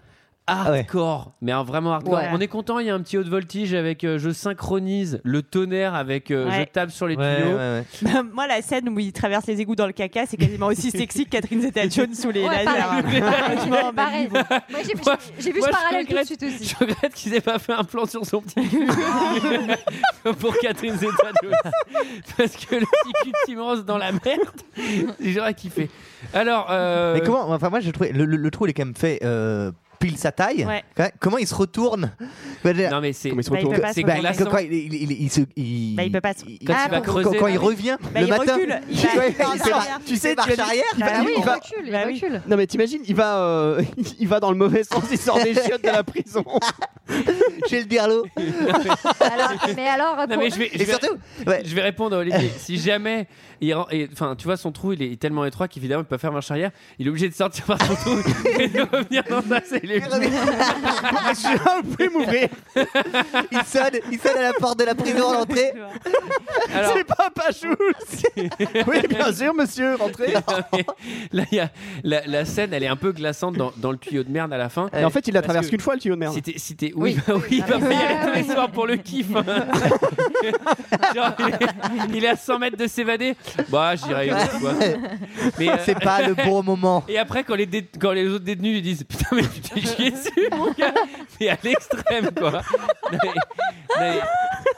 K: Ah
A: hardcore, mais un vraiment hardcore.
K: Ouais.
A: On est content, il y a un petit haut de voltige avec euh, je synchronise le tonnerre avec euh,
H: Ouais.
A: je tape sur les
K: Ouais,
A: tuyaux.
K: ouais,
H: Bah, Moi, la scène où il traverse les égouts dans le caca, c'est quasiment aussi sexy que Catherine Zeta-Jones sous les lasers.
F: Ouais, pareil.
A: *laughs*
H: Franchement,
F: Pareil. Moi, j'ai- j'ai vu
A: moi,
F: ce
A: je
F: parallèle tout de
A: regrette-
F: suite aussi.
A: *laughs* Je regrette qu'ils aient pas fait un plan sur son petit *laughs* cul pour Catherine Zeta-Jones. *laughs* Parce que le petit cul de Timorose dans la merde, j'aurais kiffé. Alors, euh,
K: Mais comment Enfin, moi, j'ai trouvé le, le- le trou, il est quand même fait euh, pile sa taille.
A: Ouais.
K: Quand- Comment il se retourne
A: Non, mais c'est.
K: Comment il se
A: Bah, il peut
K: retourne
A: pas se
K: Bah,
A: retourner.
K: quand- quand il, il- il- il se- il-
H: Bah, il peut pas se-
K: il-
H: Quand il
K: Ah,
H: va
K: quand-
H: creuser,
K: quand- quand il
H: non, mais-
K: revient,
H: Bah,
K: le
H: il
K: matin,
H: recule, il
K: Ouais,
H: va- il va en
K: il fait mar-
H: arrière.
K: tu sais,
H: Il marche
K: tu as-
H: arrière,
K: il va-
H: bah oui,
K: il va-
F: Ah recule,
H: il recule.
G: Non mais t'imagines, il va euh, il va dans le mauvais sens, il
K: *laughs*
G: sort des chiottes de la prison.
K: Chez le dirlo.
F: Mais alors,
A: Non,
F: pour-
A: mais je vais, je vais- *laughs* je vais répondre à Olivier. si jamais, il ren- et- enfin, tu vois, son trou, il est tellement étroit qu'évidemment, il peut pas faire marche arrière. Il est obligé de sortir par son trou *laughs* et de revenir dans sa cellule.
K: Je peux m'ouvrir. Il sonne, il sonne à la porte de la prison à l'entrée.
A: Alors-
K: C'est
G: papa Jules. oui, bien sûr, monsieur,
A: *laughs*
G: rentrez.
A: Là, il y a- la, la scène, elle est un peu glaçante dans, dans le tuyau de merde à la fin.
G: Et en fait, il la
A: Parce
G: traverse
A: que
G: qu'une fois le tuyau de merde.
A: Si t'es- si t'es- oui,
G: Oui.
A: bah oui,
G: Ah,
A: bah,
G: mais
A: faut y
G: ça,
A: aller tous les
G: oui.
A: soirs pour le kiff. hein. *laughs* Genre, il, est, il est à 100 mètres de s'évader. Bah, j'irai une autre fois. Mais, euh,
K: C'est pas le
A: *laughs*
K: bon moment.
A: Et après, quand les, dé- quand les autres détenus ils disent Putain, mais tu t'es chié dessus, mon gars C'est à l'extrême, quoi Non, mais- non, mais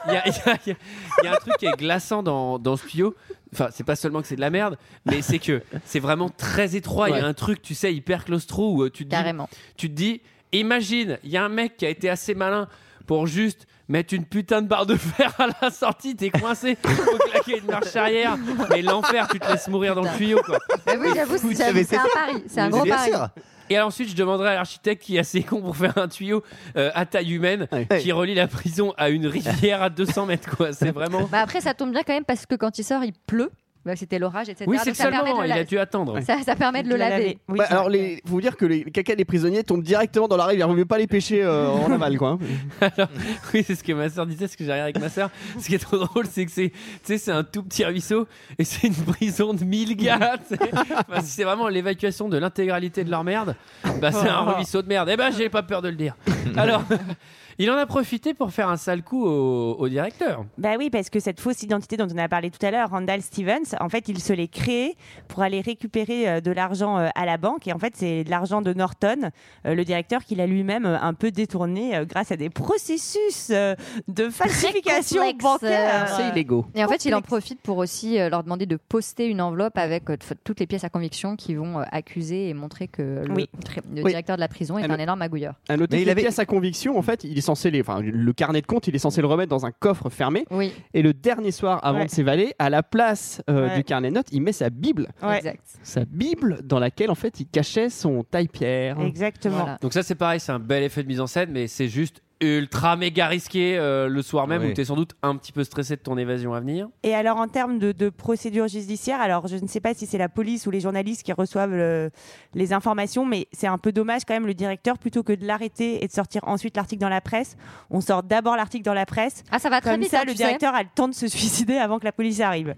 A: Il y a, il y a- il y a- il y a un truc qui est glaçant dans, dans ce tuyau. Enfin, c'est pas seulement que c'est de la merde, mais c'est que c'est vraiment très étroit. Il y a
K: Ouais.
A: un truc, tu sais, hyper claustro où euh, tu te
F: Carrément.
A: dis. Tu te dis Imagine, il y a un mec qui a été assez malin pour juste. Mettre une putain de barre de fer à la sortie, t'es coincé, faut claquer une marche arrière, mais l'enfer, tu te laisses mourir dans le tuyau quoi.
F: Ah oui, j'avoue,
A: Fou,
F: c'est
A: mais
F: c'est un pari. C'est un
A: Mais
F: gros
A: bien
F: pari.
A: sûr. Et alors ensuite, je demanderai à l'architecte qui est assez con pour faire un tuyau euh, à taille humaine qui relie la prison à une rivière à 200 mètres. quoi. C'est vraiment.
F: *laughs* Bah après, ça tombe bien quand même parce que quand il sort, il pleut. Bah, C'était l'orage, etc.
A: Oui,
F: Donc
A: c'est que
F: ça permet de
A: seulement,
F: le
A: il a
F: laver.
A: dû attendre.
F: Ça, ça permet de le laver.
G: Bah, alors, les, faut vous dire que les caca des prisonniers tombent directement dans la rivière. Vaut mieux pas les pêcher
F: *laughs*
G: euh, en aval, quoi.
A: Alors, *laughs* oui, c'est ce que ma soeur disait, ce que j'ai regardé avec ma soeur. Ce qui est trop drôle, c'est que c'est, tu sais, c'est un tout petit ruisseau et c'est une prison de 1000 gars. tu sais. Enfin, si c'est vraiment l'évacuation de l'intégralité de leur merde, bah, c'est
F: Oh.
A: un ruisseau de merde. Eh ben, j'ai pas peur de le dire. Alors, *laughs* il en a profité pour faire un sale coup au, au directeur.
H: Bah oui, parce que cette fausse identité dont on a parlé tout à l'heure, Randall Stevens, en fait, il se l'est créée pour aller récupérer euh, de l'argent euh, à la banque. Et en fait, c'est de l'argent de Norton, euh, le directeur, qu'il a lui-même euh, un peu détourné euh, grâce à des processus euh, de falsification
F: complexe,
H: bancaire.
F: euh,
H: euh,
F: Et en fait, il en
H: complexe.
F: profite pour aussi euh, leur demander de poster une enveloppe avec euh, t- toutes les pièces à conviction qui vont euh, accuser et montrer que le,
G: Oui.
F: tri- le
G: Oui.
F: directeur de la prison est
G: Ah,
F: un
G: mais-
F: énorme magouilleur.
G: À
F: Mais
G: noter que
F: il
G: les
F: avait-
G: pièces à conviction, en fait, il est censé les, enfin, le carnet de compte, il est censé le remettre dans un coffre fermé. Et le dernier soir, avant
F: Ouais.
G: de s'évader, à la place euh,
F: Ouais.
G: du carnet de notes, il met sa Bible.
F: Ouais. Exact.
G: Sa Bible dans laquelle, en fait, il cachait son taille-pierre.
H: Exactement.
A: Donc ça c'est pareil, c'est un bel effet de mise en scène, mais c'est juste ultra méga risqué euh, le soir même
K: Oui.
A: où t'es sans doute un petit peu stressé de ton évasion à venir.
H: Et alors, en termes de, de procédure judiciaire, alors je ne sais pas si c'est la police ou les journalistes qui reçoivent le- les informations, mais c'est un peu dommage quand même. Le directeur, plutôt que de l'arrêter et de sortir ensuite l'article dans la presse, on sort d'abord l'article dans la presse.
F: Ah, ça va très
H: Comme
F: vite,
H: ça,
F: hein,
H: le
M: *laughs*
F: tu sais.
H: directeur a le temps de se suicider avant que la police arrive.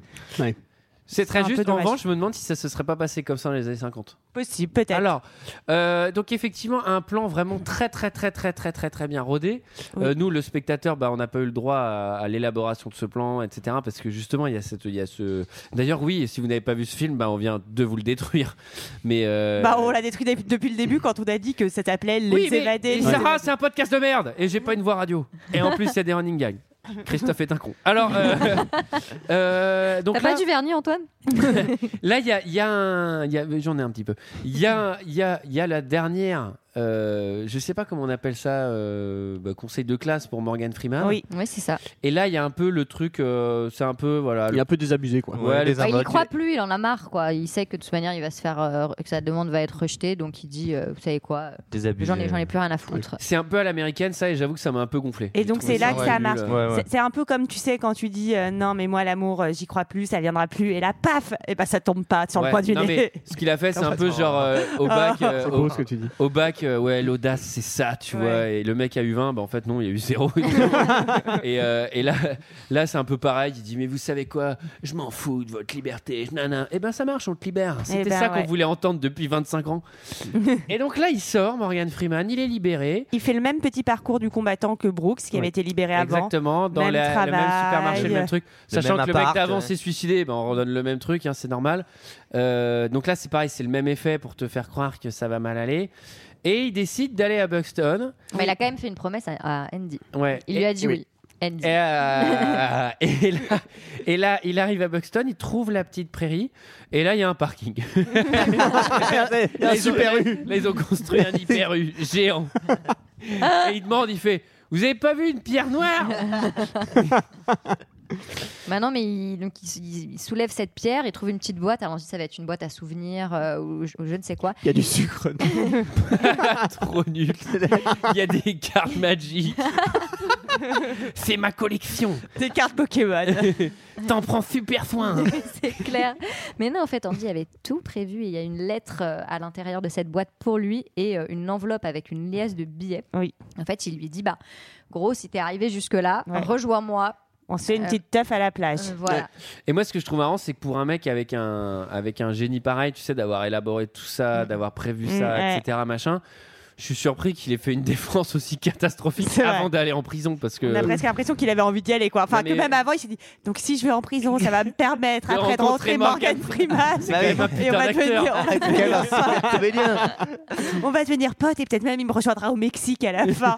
A: C'est très
M: un peu
A: juste. En
M: dommage.
A: revanche, je me demande si ça se serait pas passé comme ça dans les années 50.
M: Possible, peut-être.
A: Alors, euh, donc effectivement, un plan vraiment très très très très très très très bien rodé.
P: Oui.
A: Euh, nous, le spectateur, bah, on n'a pas eu le droit à, à l'élaboration de ce plan, etc. Parce que justement, il y a cette, il y a ce. D'ailleurs, oui, si vous n'avez pas vu ce film, bah, on vient de vous le détruire. Mais euh,
M: Bah, on l'a détruit dé- depuis le début quand on a dit que ça s'appelait Les
A: oui, mais-
M: Évadés.
A: et
M: les
A: Sarah,
M: Évadés.
A: c'est un podcast de merde et j'ai pas une voix radio. Et en plus, il y a des running gags. Christophe est un con. Alors, euh, euh, donc
F: T'as
A: là,
F: pas Ah bah du vernis, Antoine
A: Là, il y a, il y a un. il y a- J'en ai un petit peu. Il y a, il y, a, il y a la dernière. euh, je sais pas comment on appelle ça. euh, bah, conseil de classe pour Morgan Freeman.
F: Oui, oui c'est ça.
A: Et là, il y a un peu le truc. euh, c'est un peu. Voilà, il est
G: un peu désabusé, quoi.
A: Ouais, le-
F: Bah, il y croit plus, il en a marre, quoi. Il sait que de toute manière, il va se faire, euh, que sa demande va être rejetée, donc il dit, euh, vous savez quoi, euh,
A: Désabusé.
F: j'en ai, j'en
G: *laughs*
F: ai plus rien à foutre.
A: C'est un peu à l'américaine, ça, et j'avoue que ça m'a un peu gonflé.
M: Et donc
A: J'ai trouvé
M: c'est là que ça
A: nul,
M: marche.
A: euh.
M: C'est- C'est un peu comme tu sais quand tu dis euh, non mais moi l'amour euh, j'y crois plus, ça viendra plus et là paf et ben ça tombe pas sur
A: Ouais,
M: le point du
A: non,
M: nez.
A: mais ce qu'il a fait, c'est un peu genre euh,
M: *laughs*
A: au
M: Ah.
A: bac. euh,
G: C'est
A: au,
G: beau ce que tu dis.
A: au bac, euh, ouais, l'audace, c'est ça, tu vois. Et le mec a eu 20, bah en fait, non, il y a eu
M: *laughs*
A: 0. *laughs* et, euh, et là, là c'est un peu pareil. Il dit, mais vous savez quoi Je m'en fous de votre liberté. je- Nana. Et ben ça marche, on te libère. C'était
M: ben,
A: ça qu'on
M: ouais.
A: voulait entendre depuis 25
M: *laughs*
A: ans. et donc là, il sort, Morgan Freeman, il est libéré.
M: *laughs* Il fait le même petit parcours du combattant que Brooks qui avait été libéré avant.
A: Exactement, dans
M: Même
A: la- le même
M: travail.
A: supermarché, le même truc.
Q: Le
A: Sachant
Q: même
A: que le mec
Q: appart,
A: d'avant
Q: ouais.
A: s'est suicidé, ben on redonne le même truc, hein, c'est normal. Euh, donc là, c'est pareil, c'est le même effet pour te faire croire que ça va mal aller. Et il décide d'aller à Buxton.
F: Mais il a quand même fait une promesse à, à Andy.
A: Ouais.
F: Il lui
A: Et-
F: a dit oui. Andy.
A: Et, euh, et là, *laughs* et là, il arrive à Buxton, il trouve la petite prairie, et là, il y a un *laughs* parking.
R: y a un
A: Là, ils ont-
R: super
A: là, *laughs*
R: U.
A: là, ils ont construit un hyper U *laughs* géant. et il demande, il fait Vous avez pas vu une pierre noire
F: Maintenant, Bah mais il, donc, il- il- il soulève cette pierre, il trouve une petite boîte. Alors on se dit ça va être une boîte à souvenirs euh, ou, je- ou je ne
Q: *laughs*
F: sais quoi.
G: Il y a du sucre.
A: *laughs* Trop nul. Il y a des cartes magiques. C'est ma collection.
M: Des cartes Pokémon.
A: *laughs* T'en prends super soin.
F: *laughs* C'est clair. Mais non, en fait, Andy avait tout prévu. Il y a une lettre euh, à l'intérieur de cette boîte pour lui et euh, une enveloppe avec une liasse de billets.
M: Oui.
F: En fait, il lui dit bah, gros, si t'es arrivé jusque-là,
M: Ouais.
F: rejoins-moi.
M: On se fait une
F: Euh,
M: petite teuf à la
Q: Ah,
M: plage.
F: euh, voilà.
A: Et moi, ce que je trouve marrant, c'est que pour un mec avec un, avec un génie pareil, tu sais, d'avoir élaboré tout ça, d'avoir prévu
M: Mm,
A: ça,
M: ouais.
A: etc., machin, je suis surpris qu'il ait fait une *laughs* défense aussi catastrophique
M: C'est vrai.
A: avant d'aller en prison. Parce que.
M: On a presque l'impression qu'il avait envie d'y aller quoi. Enfin
A: Euh, Non, mais-
M: que même avant il s'est dit donc si je vais en prison ça va me permettre
A: *laughs* De
M: après de
A: rencontrer
M: rentrer Morgan Freeman
A: *laughs* C'est quand même
G: *laughs*
A: un
M: et on
A: putain
M: va devenir
G: Ah,
A: d'acteur.
M: on va
F: *laughs*
M: devenir-
Q: comédien.
A: *laughs*
M: on va devenir potes et peut-être même il me rejoindra au Mexique à la fin.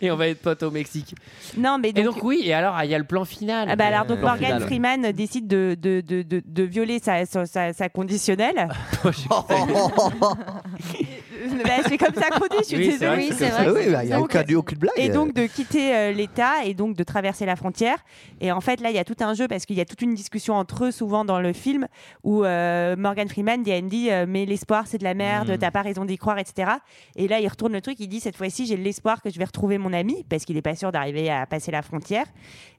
A: et on va être potes au Mexique.
M: Non, mais
A: donc... Et donc, oui, et alors, il y a le plan final.
M: Ah bah alors donc
A: Le plan
M: Morgan
A: final.
M: Freeman décide de, de, de, de, de violer sa, sa, sa- sa conditionnelle. Bah, c'est comme ça qu'on dit, je suis
Q: Oui, c'est
M: désolée.
Q: vrai, Oui, c'est
G: Ah
Q: c'est comme ça. vrai, Oui, c'est bah, il y a comme ça. aucun- aucune blague.
M: Et donc de quitter euh, l'État et donc de traverser la frontière. Et en fait là il y a tout un jeu parce qu'il y a toute une discussion entre eux souvent dans le film où euh, Morgan Freeman dit à Andy euh, mais l'espoir c'est de la merde,
F: Mm.
M: t'as pas raison d'y croire etc. Et là il retourne le truc, il dit cette fois-ci j'ai l'espoir que je vais retrouver mon ami parce qu'il est pas sûr d'arriver à passer la frontière.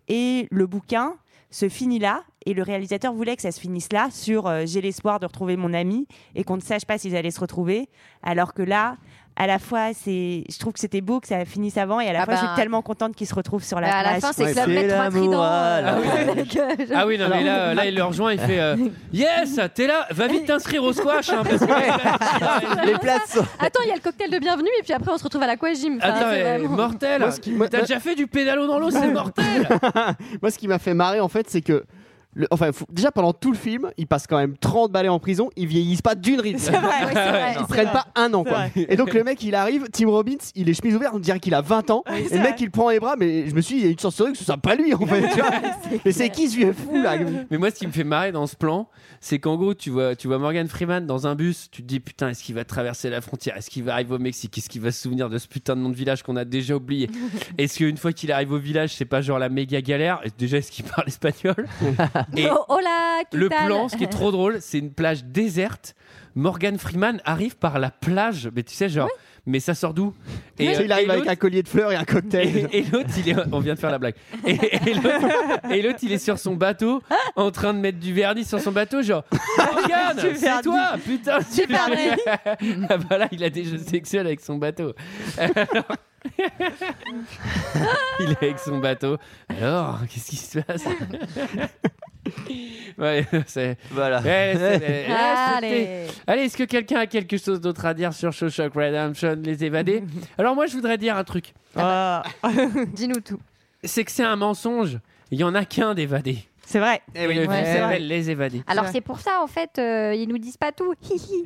M: Et le bouquin se finit là. Et le réalisateur voulait que ça se finisse là, sur euh, j'ai l'espoir de retrouver mon ami et qu'on ne sache pas s'ils allaient se retrouver. Alors que là, à la fois, c'est, je trouve que c'était beau que ça finisse avant et à la
F: Ah
M: fois, je
F: bah.
M: suis tellement contente qu'ils se retrouvent sur la
F: Bah, à la
M: plage.
F: fin, c'est Ouais, Club c'est Med, trois l'amour tridents, à la euh, *laughs* plage.
A: Ah oui, non, mais là, euh, là, il le rejoint, il fait euh, *laughs* Yes, t'es là, va vite t'inscrire au squash. hein, parce que-
Q: Les places sont-
F: Attends, il y a le cocktail de bienvenue et puis après on se retrouve à l'aquagym. Enfin,
A: *laughs* Attends,
F: c'est
A: eh,
F: vraiment-
A: mortel.
G: Moi, ce qui- moi-
A: T'as déjà fait du pédalo dans l'eau, c'est mortel.
G: Moi, ce qui m'a fait marrer, en fait, c'est que. le- enfin, faut- déjà pendant tout le film, ils passent quand même 30 balais en prison, ils vieillissent pas d'une ride.
R: C'est vrai,
Q: *laughs*
R: oui, c'est vrai,
G: ils
R: c'est
G: prennent
R: vrai.
G: pas un an
R: C'est
G: quoi.
R: vrai.
G: Et donc le mec il arrive, Tim Robbins, il est chemise ouverte, on dirait qu'il a 20 ans.
R: Oui,
G: et
R: c'est
G: le mec
R: vrai.
G: il prend les bras, mais je me suis dit, il y a une chance sur deux que ce soit pas lui en fait. tu vois. mais c'est qui ce vieux fou là
A: *laughs* Mais moi, ce qui me fait marrer dans ce plan, c'est qu'en gros, tu vois, tu vois Morgan Freeman dans un bus, tu te dis putain, est-ce qu'il va traverser la frontière Est-ce qu'il va arriver au Mexique Est-ce qu'il va se souvenir de ce putain de nom de village qu'on a déjà *laughs* oublié Est-ce qu'une fois qu'il arrive au village, c'est pas genre la méga galère Et Déjà, est-ce qu'il parle *laughs* espagnol Et
F: Oh, hola, ¿qué
A: le
F: tal
A: plan, ce qui
R: *laughs*
A: est trop drôle, c'est une plage déserte. Morgan Freeman arrive par la plage, mais tu sais, genre, mais ça sort d'où
G: Tu sais, il arrive avec
A: l'autre-
G: un collier de fleurs et un cocktail.
A: euh, et, et l'autre, il est... on vient de faire la blague. Et, et l'autre, et l'autre, il est sur son bateau, en train de mettre du vernis sur son
R: *laughs*
A: bateau, genre Regarde,
R: Du
A: c'est
R: vernis.
A: toi, putain,
R: Du
A: tu- ah bah là, il a des jeux sexuels avec son
R: *laughs*
A: bateau. Alors- il est avec son bateau. Alors, qu'est-ce qui se passe Ouais, c'est...
K: Voilà.
A: Eh, c'est-
F: *laughs*
A: eh, eh,
M: Allez.
A: c'était- Allez, est-ce que quelqu'un a quelque chose d'autre à dire sur Shawshank Redemption, Les Évadés Alors moi, je voudrais dire un truc.
F: Dis-nous tout.
A: C'est que c'est un mensonge. Il y en a qu'un d'évadé.
H: C'est vrai.
G: Eh
A: Et le film
F: Ouais, c'est
A: s'appelle
F: vrai. Ah.
A: Les Évadés.
F: Alors c'est pour ça en fait, euh, ils nous disent pas tout. *laughs* Hihi.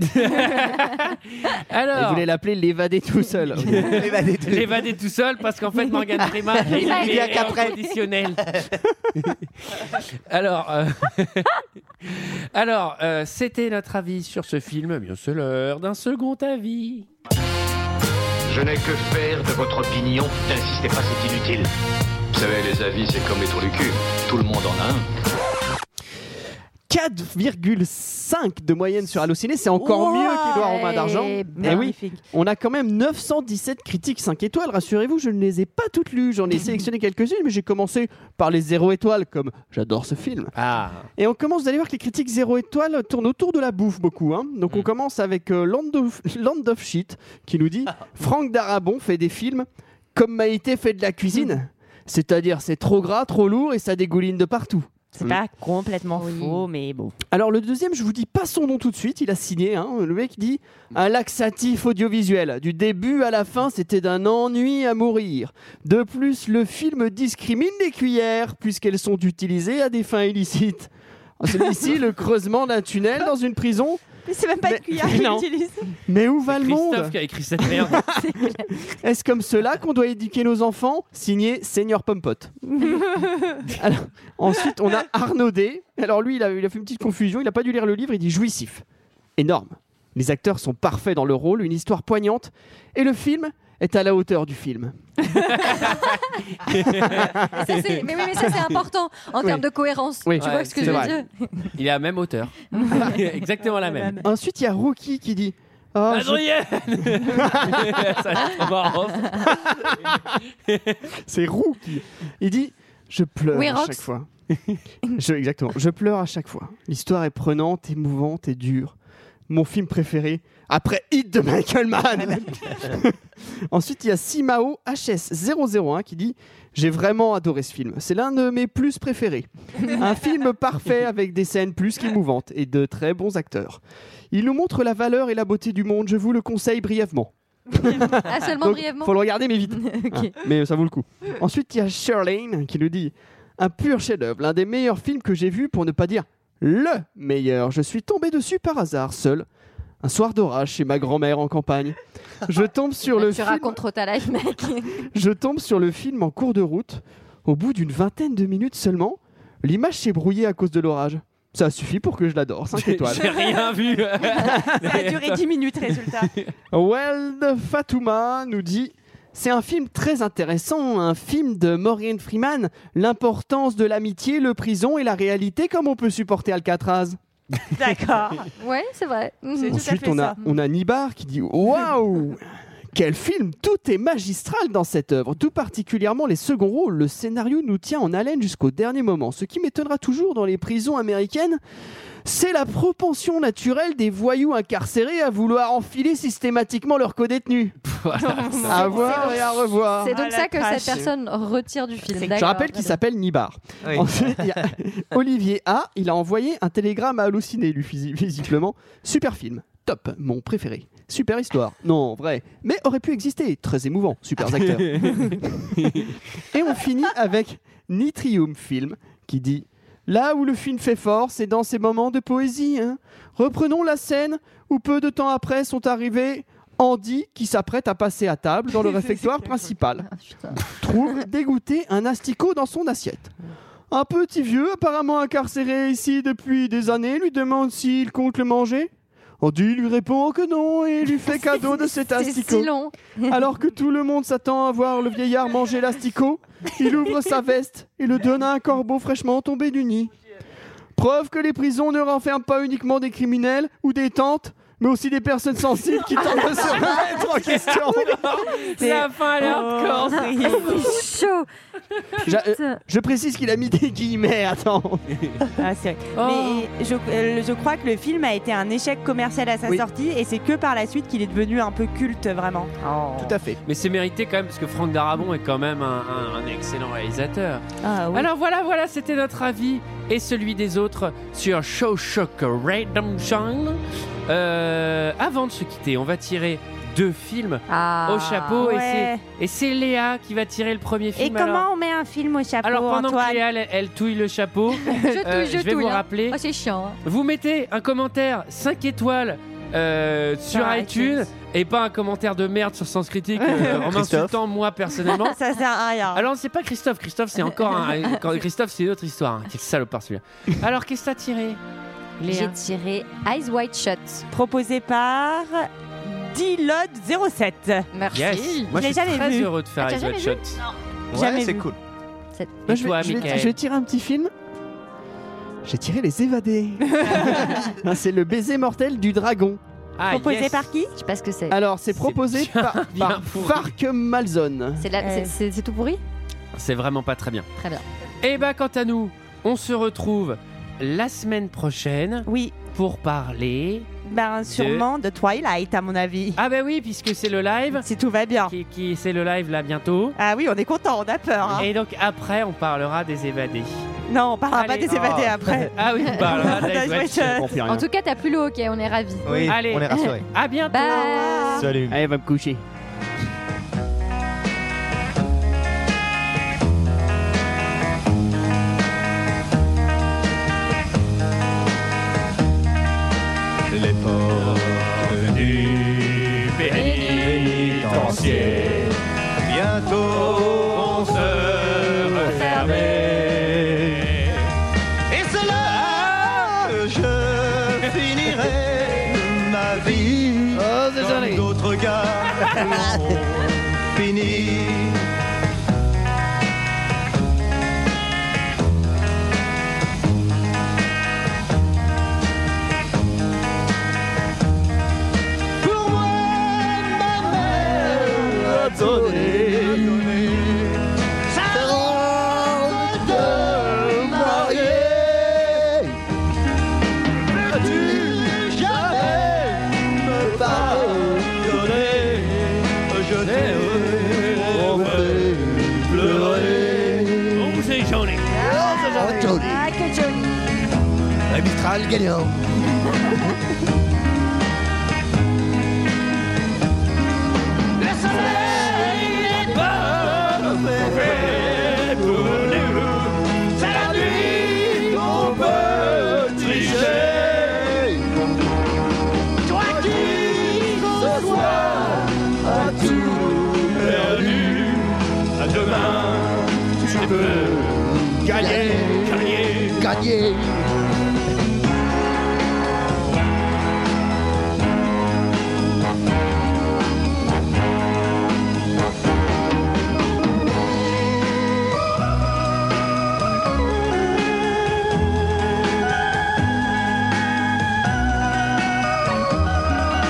A: Alors.
G: Vous voulez l'appeler l'évadé tout seul. l'évadé
A: tout seul. L'évadé tout seul parce qu'en fait Morgan Freeman il,
M: Il
A: est
M: vient qu'après.
A: inconditionnel. Alors, euh, *laughs* alors euh, c'était notre avis sur ce film. Bien sûr, l'heure d'un second avis.
O: Je n'ai que faire de votre opinion. N'insistez pas, c'est inutile. Vous savez, les avis, c'est comme les trous du cul. Tout le monde en a un.
G: 4,5 de moyenne sur Allociné, c'est encore
H: Wow.
G: mieux qu'Edouard en main d'argent.
H: Eh
G: Eh oui,
H: magnifique.
G: on a quand même 917 critiques 5 étoiles. Rassurez-vous, je ne les ai pas toutes lues. J'en ai sélectionné quelques-unes, mais j'ai commencé par les 0 étoiles, comme j'adore ce film.
A: Ah.
G: Et on commence, vous allez voir que les critiques 0 étoiles tournent autour de la bouffe beaucoup. hein. Donc on commence avec euh, Land, of, Land of Shit qui nous dit Franck Darabon fait des films comme Maïté fait de la cuisine. C'est-à-dire, c'est trop gras, trop lourd et ça dégouline de partout.
H: C'est pas complètement faux, mais bon.
G: Alors le deuxième, je vous dis pas son nom tout de suite, il a signé. hein. Le mec dit un laxatif audiovisuel. Du début à la fin, c'était d'un ennui à mourir. De plus, le film discrimine les cuillères puisqu'elles sont utilisées à des fins illicites.
H: *laughs*
G: Oh, Celui-ci, le creusement d'un tunnel dans une prison.
H: Mais c'est même pas une cuillère qu'il
G: *laughs* non.
H: utilise.
G: Mais où va le monde
A: Christophe qui a écrit cette merde.
G: Est-ce comme cela qu'on doit éduquer nos enfants Signé
F: *laughs*
G: Seigneur Pompote. Alors, ensuite, on a Arnaud D. Alors lui, il a, il a fait une petite confusion, il n'a pas dû lire le livre, il dit jouissif. Énorme. Les acteurs sont parfaits dans le rôle, une histoire poignante, et le film est à la hauteur du film.
F: Ah, Ça, c'est- mais oui, mais ça c'est important en
G: Oui.
F: termes de cohérence.
G: Oui.
F: tu
G: Ouais,
F: vois ce que
G: c'est
F: je veux
G: vrai.
F: dire
A: Il est à la même
H: *laughs*
A: hauteur. *laughs* Exactement la même.
G: Ensuite, il y a Rocky qui dit. Oh, je-
A: Adrien *laughs* Ça va être marrant.
G: *laughs* C'est Rookie. Il dit Je pleure
A: Oui,
G: à
A: Rox.
G: chaque
A: *laughs*
G: fois. Je- exactement. Je pleure à chaque fois. L'histoire est prenante, émouvante et dure. Mon film préféré après Hit de Michael
A: Ah,
G: Mann. *laughs* Ensuite, il y a Simao HS001 qui dit J'ai vraiment adoré ce film. C'est l'un de mes plus préférés.
A: *laughs*
G: Un film parfait avec des scènes plus qu'émouvantes et de très bons acteurs. Il nous montre la valeur et la beauté du monde. Je vous le conseille brièvement.
F: Ah, seulement
G: Donc,
F: brièvement.
G: Faut le regarder, mais vite.
F: *laughs* Ok.
G: Ah, mais ça vaut le coup. Ensuite, il y a Shirlane qui nous dit Un pur chef-d'œuvre, l'un des meilleurs films que j'ai vu, pour ne pas dire LE meilleur. Je suis tombé dessus par hasard, seul. Un soir d'orage chez ma grand-mère en campagne.
F: *laughs*
G: Je tombe sur le
F: Bah, tu
G: film.
F: racontes trop ta life, mec.
G: Je tombe sur le film en cours de route. Au bout d'une vingtaine de minutes seulement, l'image s'est brouillée à cause de l'orage. Ça suffit pour que je
F: *laughs*
G: l'adore, 5
A: J'ai
G: étoiles.
A: j'ai rien *laughs* vu.
H: Ça a duré 10 minutes, résultat.
G: Weld Fatouma nous dit C'est un film très intéressant, un film de Morgan Freeman, l'importance de l'amitié, le prison et la réalité, comme on peut supporter Alcatraz.
H: D'accord.
F: Ouais, c'est vrai. Mhm.
G: Ensuite, on a, on a Nibar qui dit Waouh Quel film Tout est magistral dans cette œuvre, tout particulièrement les seconds rôles. Le scénario nous tient en haleine jusqu'au dernier moment. Ce qui m'étonnera toujours dans les prisons américaines, c'est la propension naturelle des voyous incarcérés à vouloir enfiler systématiquement leurs codétenus. à voir et à revoir.
F: C'est donc ça que cette personne retire du film.
G: Je
F: d'accord.
G: rappelle qu'il s'appelle Nibar. Ensuite, il y a
F: *laughs*
G: Olivier A, il a envoyé un télégramme à halluciner, lui, visi- visiblement. Super film, top, mon préféré. Super histoire, non, vrai, mais aurait pu exister. Très émouvant, super acteurs. Et on finit avec Nitrium Film qui dit Là où le film fait fort, c'est dans ces moments de poésie. hein. Reprenons la scène où peu de temps après sont arrivés Andy qui s'apprête à passer à table dans le réfectoire principal.
F: Ah, *laughs*
G: Trouve dégoûté un asticot dans son assiette. Un petit vieux, apparemment incarcéré ici depuis des années, lui demande s'il compte le manger. Andy lui répond que non et lui
F: *laughs*
G: fait cadeau de cet asticot.
F: si long. *laughs*
G: Alors que tout le monde s'attend à voir le vieillard manger l'asticot, il ouvre sa veste et le donne à un corbeau fraîchement tombé du nid. Preuve que les prisons ne renferment pas uniquement des criminels ou des tantes, mais aussi des personnes sensibles qui tentent
F: *laughs*
G: de se remettre en question.
A: La Oh. fin, elle est hardcore.
F: C'est chaud.
G: J'a- euh, je précise qu'il a mis des guillemets, attends.
H: Ah, c'est vrai.
A: Oh.
H: Mais je, euh, je crois que le film a été un échec commercial à sa
G: Oui.
H: sortie et c'est que par la suite qu'il est devenu un peu culte vraiment.
G: Tout à fait.
A: Mais c'est mérité quand même parce que Franck Darabon est quand même un, un- un excellent réalisateur.
H: Ah, oui.
A: Alors voilà, voilà, c'était notre avis. et celui des autres sur Show Shock Redemption. Euh, avant de se quitter, on va tirer deux films
H: Ah,
A: au
F: Oh,
A: chapeau et
H: ouais.
A: c'est- et c'est Léa qui va tirer le premier
H: Et
A: film.
H: comment
A: alors.
H: on met un film au chapeau,
A: Alors pendant
H: Ah, Antoine
A: que Léa, elle, elle touille le
H: *laughs*
A: chapeau, euh,
F: je
A: vais
F: touille,
A: vous
F: hein.
A: rappeler.
F: Oh, c'est chiant. hein.
A: Vous mettez un commentaire 5 étoiles euh, sur
F: Sur
A: iTunes, et pas un commentaire de merde sur Sens Critique euh, en
K: Christophe.
A: m'insultant moi
H: *laughs*
A: personnellement.
H: Ça sert à rien.
A: Alors c'est pas Christophe, Christophe c'est encore un... quand- Christophe c'est une autre histoire, hein. quel salopard celui-là. Alors qu'est-ce que t'as tiré Léa
F: J'ai tiré Eyes Wide Shut.
H: Proposé par Dilod07.
F: Merci.
A: Yes. Moi, je
H: Je l'ai
A: suis
H: jamais
A: très
H: vu.
A: heureux de faire
H: Ah, t'as
A: Eyes
H: jamais
A: Wide
H: vu
A: Shut.
H: Non.
A: Ouais,
H: Jamais
A: c'est
H: vu.
A: cool.
G: Moi,
A: Et
G: je, vais,
A: toi,
G: je vais-
A: Mickaël
G: je vais tirer un petit film. J'ai tiré Les Évadés. Hein, c'est le baiser mortel du dragon.
A: Ah,
F: Proposé yes. par
H: qui
F: Je sais pas ce que c'est.
G: Alors, c'est proposé
A: bien-
G: par,
A: bien
G: par
A: pourri.
G: Fark Malzone.
F: C'est de la- c'est- c'est- c'est tout pourri
A: C'est vraiment pas très bien.
F: Très bien.
A: Et bah quant à nous, on se retrouve la semaine prochaine
H: oui.
A: pour parler...
H: Ben, sûrement de Twilight, à mon avis.
A: Ah bah oui, puisque c'est le live.
H: Si tout va bien.
A: Qui, qui- c'est le live là bientôt.
H: Ah oui, on est content, on a peur.
M: Ah.
H: hein.
A: Et donc après, on parlera des évadés.
H: Non, on parlera
A: Allez.
H: pas des évadés
A: Ah.
H: après.
A: Ah oui, on parlera des
H: Eyes Wide Shut.
A: évadés.
F: En tout cas, t'as plus le hockey, on est ravis.
A: Allez, À bientôt.
F: Bye.
K: Salut.
G: Allez, va me coucher.
M: Les portes du pénitencier bientôt vont se refermer. Et cela, je finirai ma vie comme d'autres gars l'ont fini. Pour moi, ma mère a donné sa robe de mariée. Peux-tu jamais me pardonner Je t'ai fait pleurer.
A: On vous est Johnny.
M: Oh, Johnny.
H: Ah, que Johnny.
M: La Mistral gagnant. Le soleil est parfait pour nous. C'est la nuit qu'on peut tricher. Toi qui ce soir as tout perdu, à demain tu peux gagner, gagner, gagner.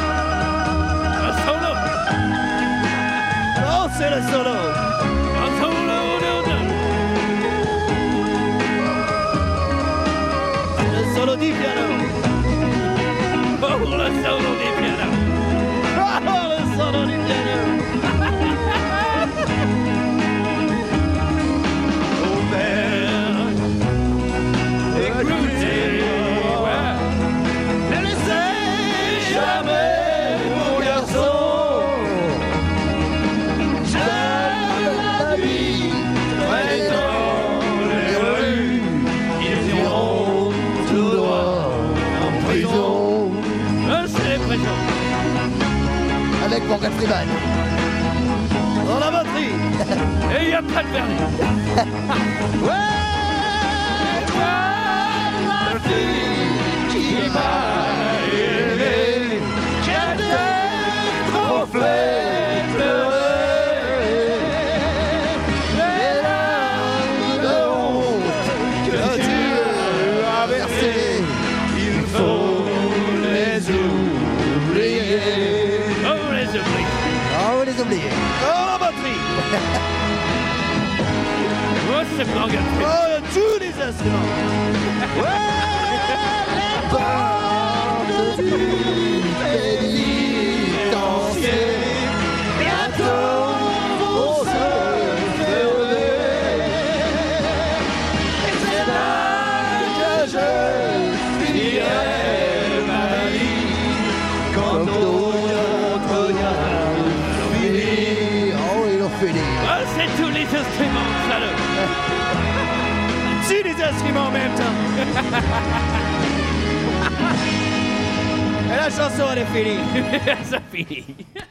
M: Un solo. Oh, c'est le solo. Un solo de- de- Le solo du piano. Oh, le solo du piano. Oh, le solo du piano. Oh, merde. Écoutez-moi. Ne laissez jamais mon garçon. J'aime la vie, traîner dans les rues. Ils iront tout droit en prison. c'est les prisons. Avec mon Freeman. Dans la batterie. Et il n'y a pas de vernis. ouais, toi, la fille qui m'a aimé. Je t'ai trop fait pleurer. Les larmes de honte que tu as versées, il
G: Oh,
M: faut les oublier. Oh, les oublier. Oh, les oublier. Oh, la batterie. Oh, c'est pas tous les instruments. Ouais, portes du pénitencier. Bientôt vont se fermer. Et c'est là
G: finir.
A: Ah, c'est tous les instruments, salaud Tue les instruments en même *laughs* temps Et la chanson, elle est finie *laughs* Ça finit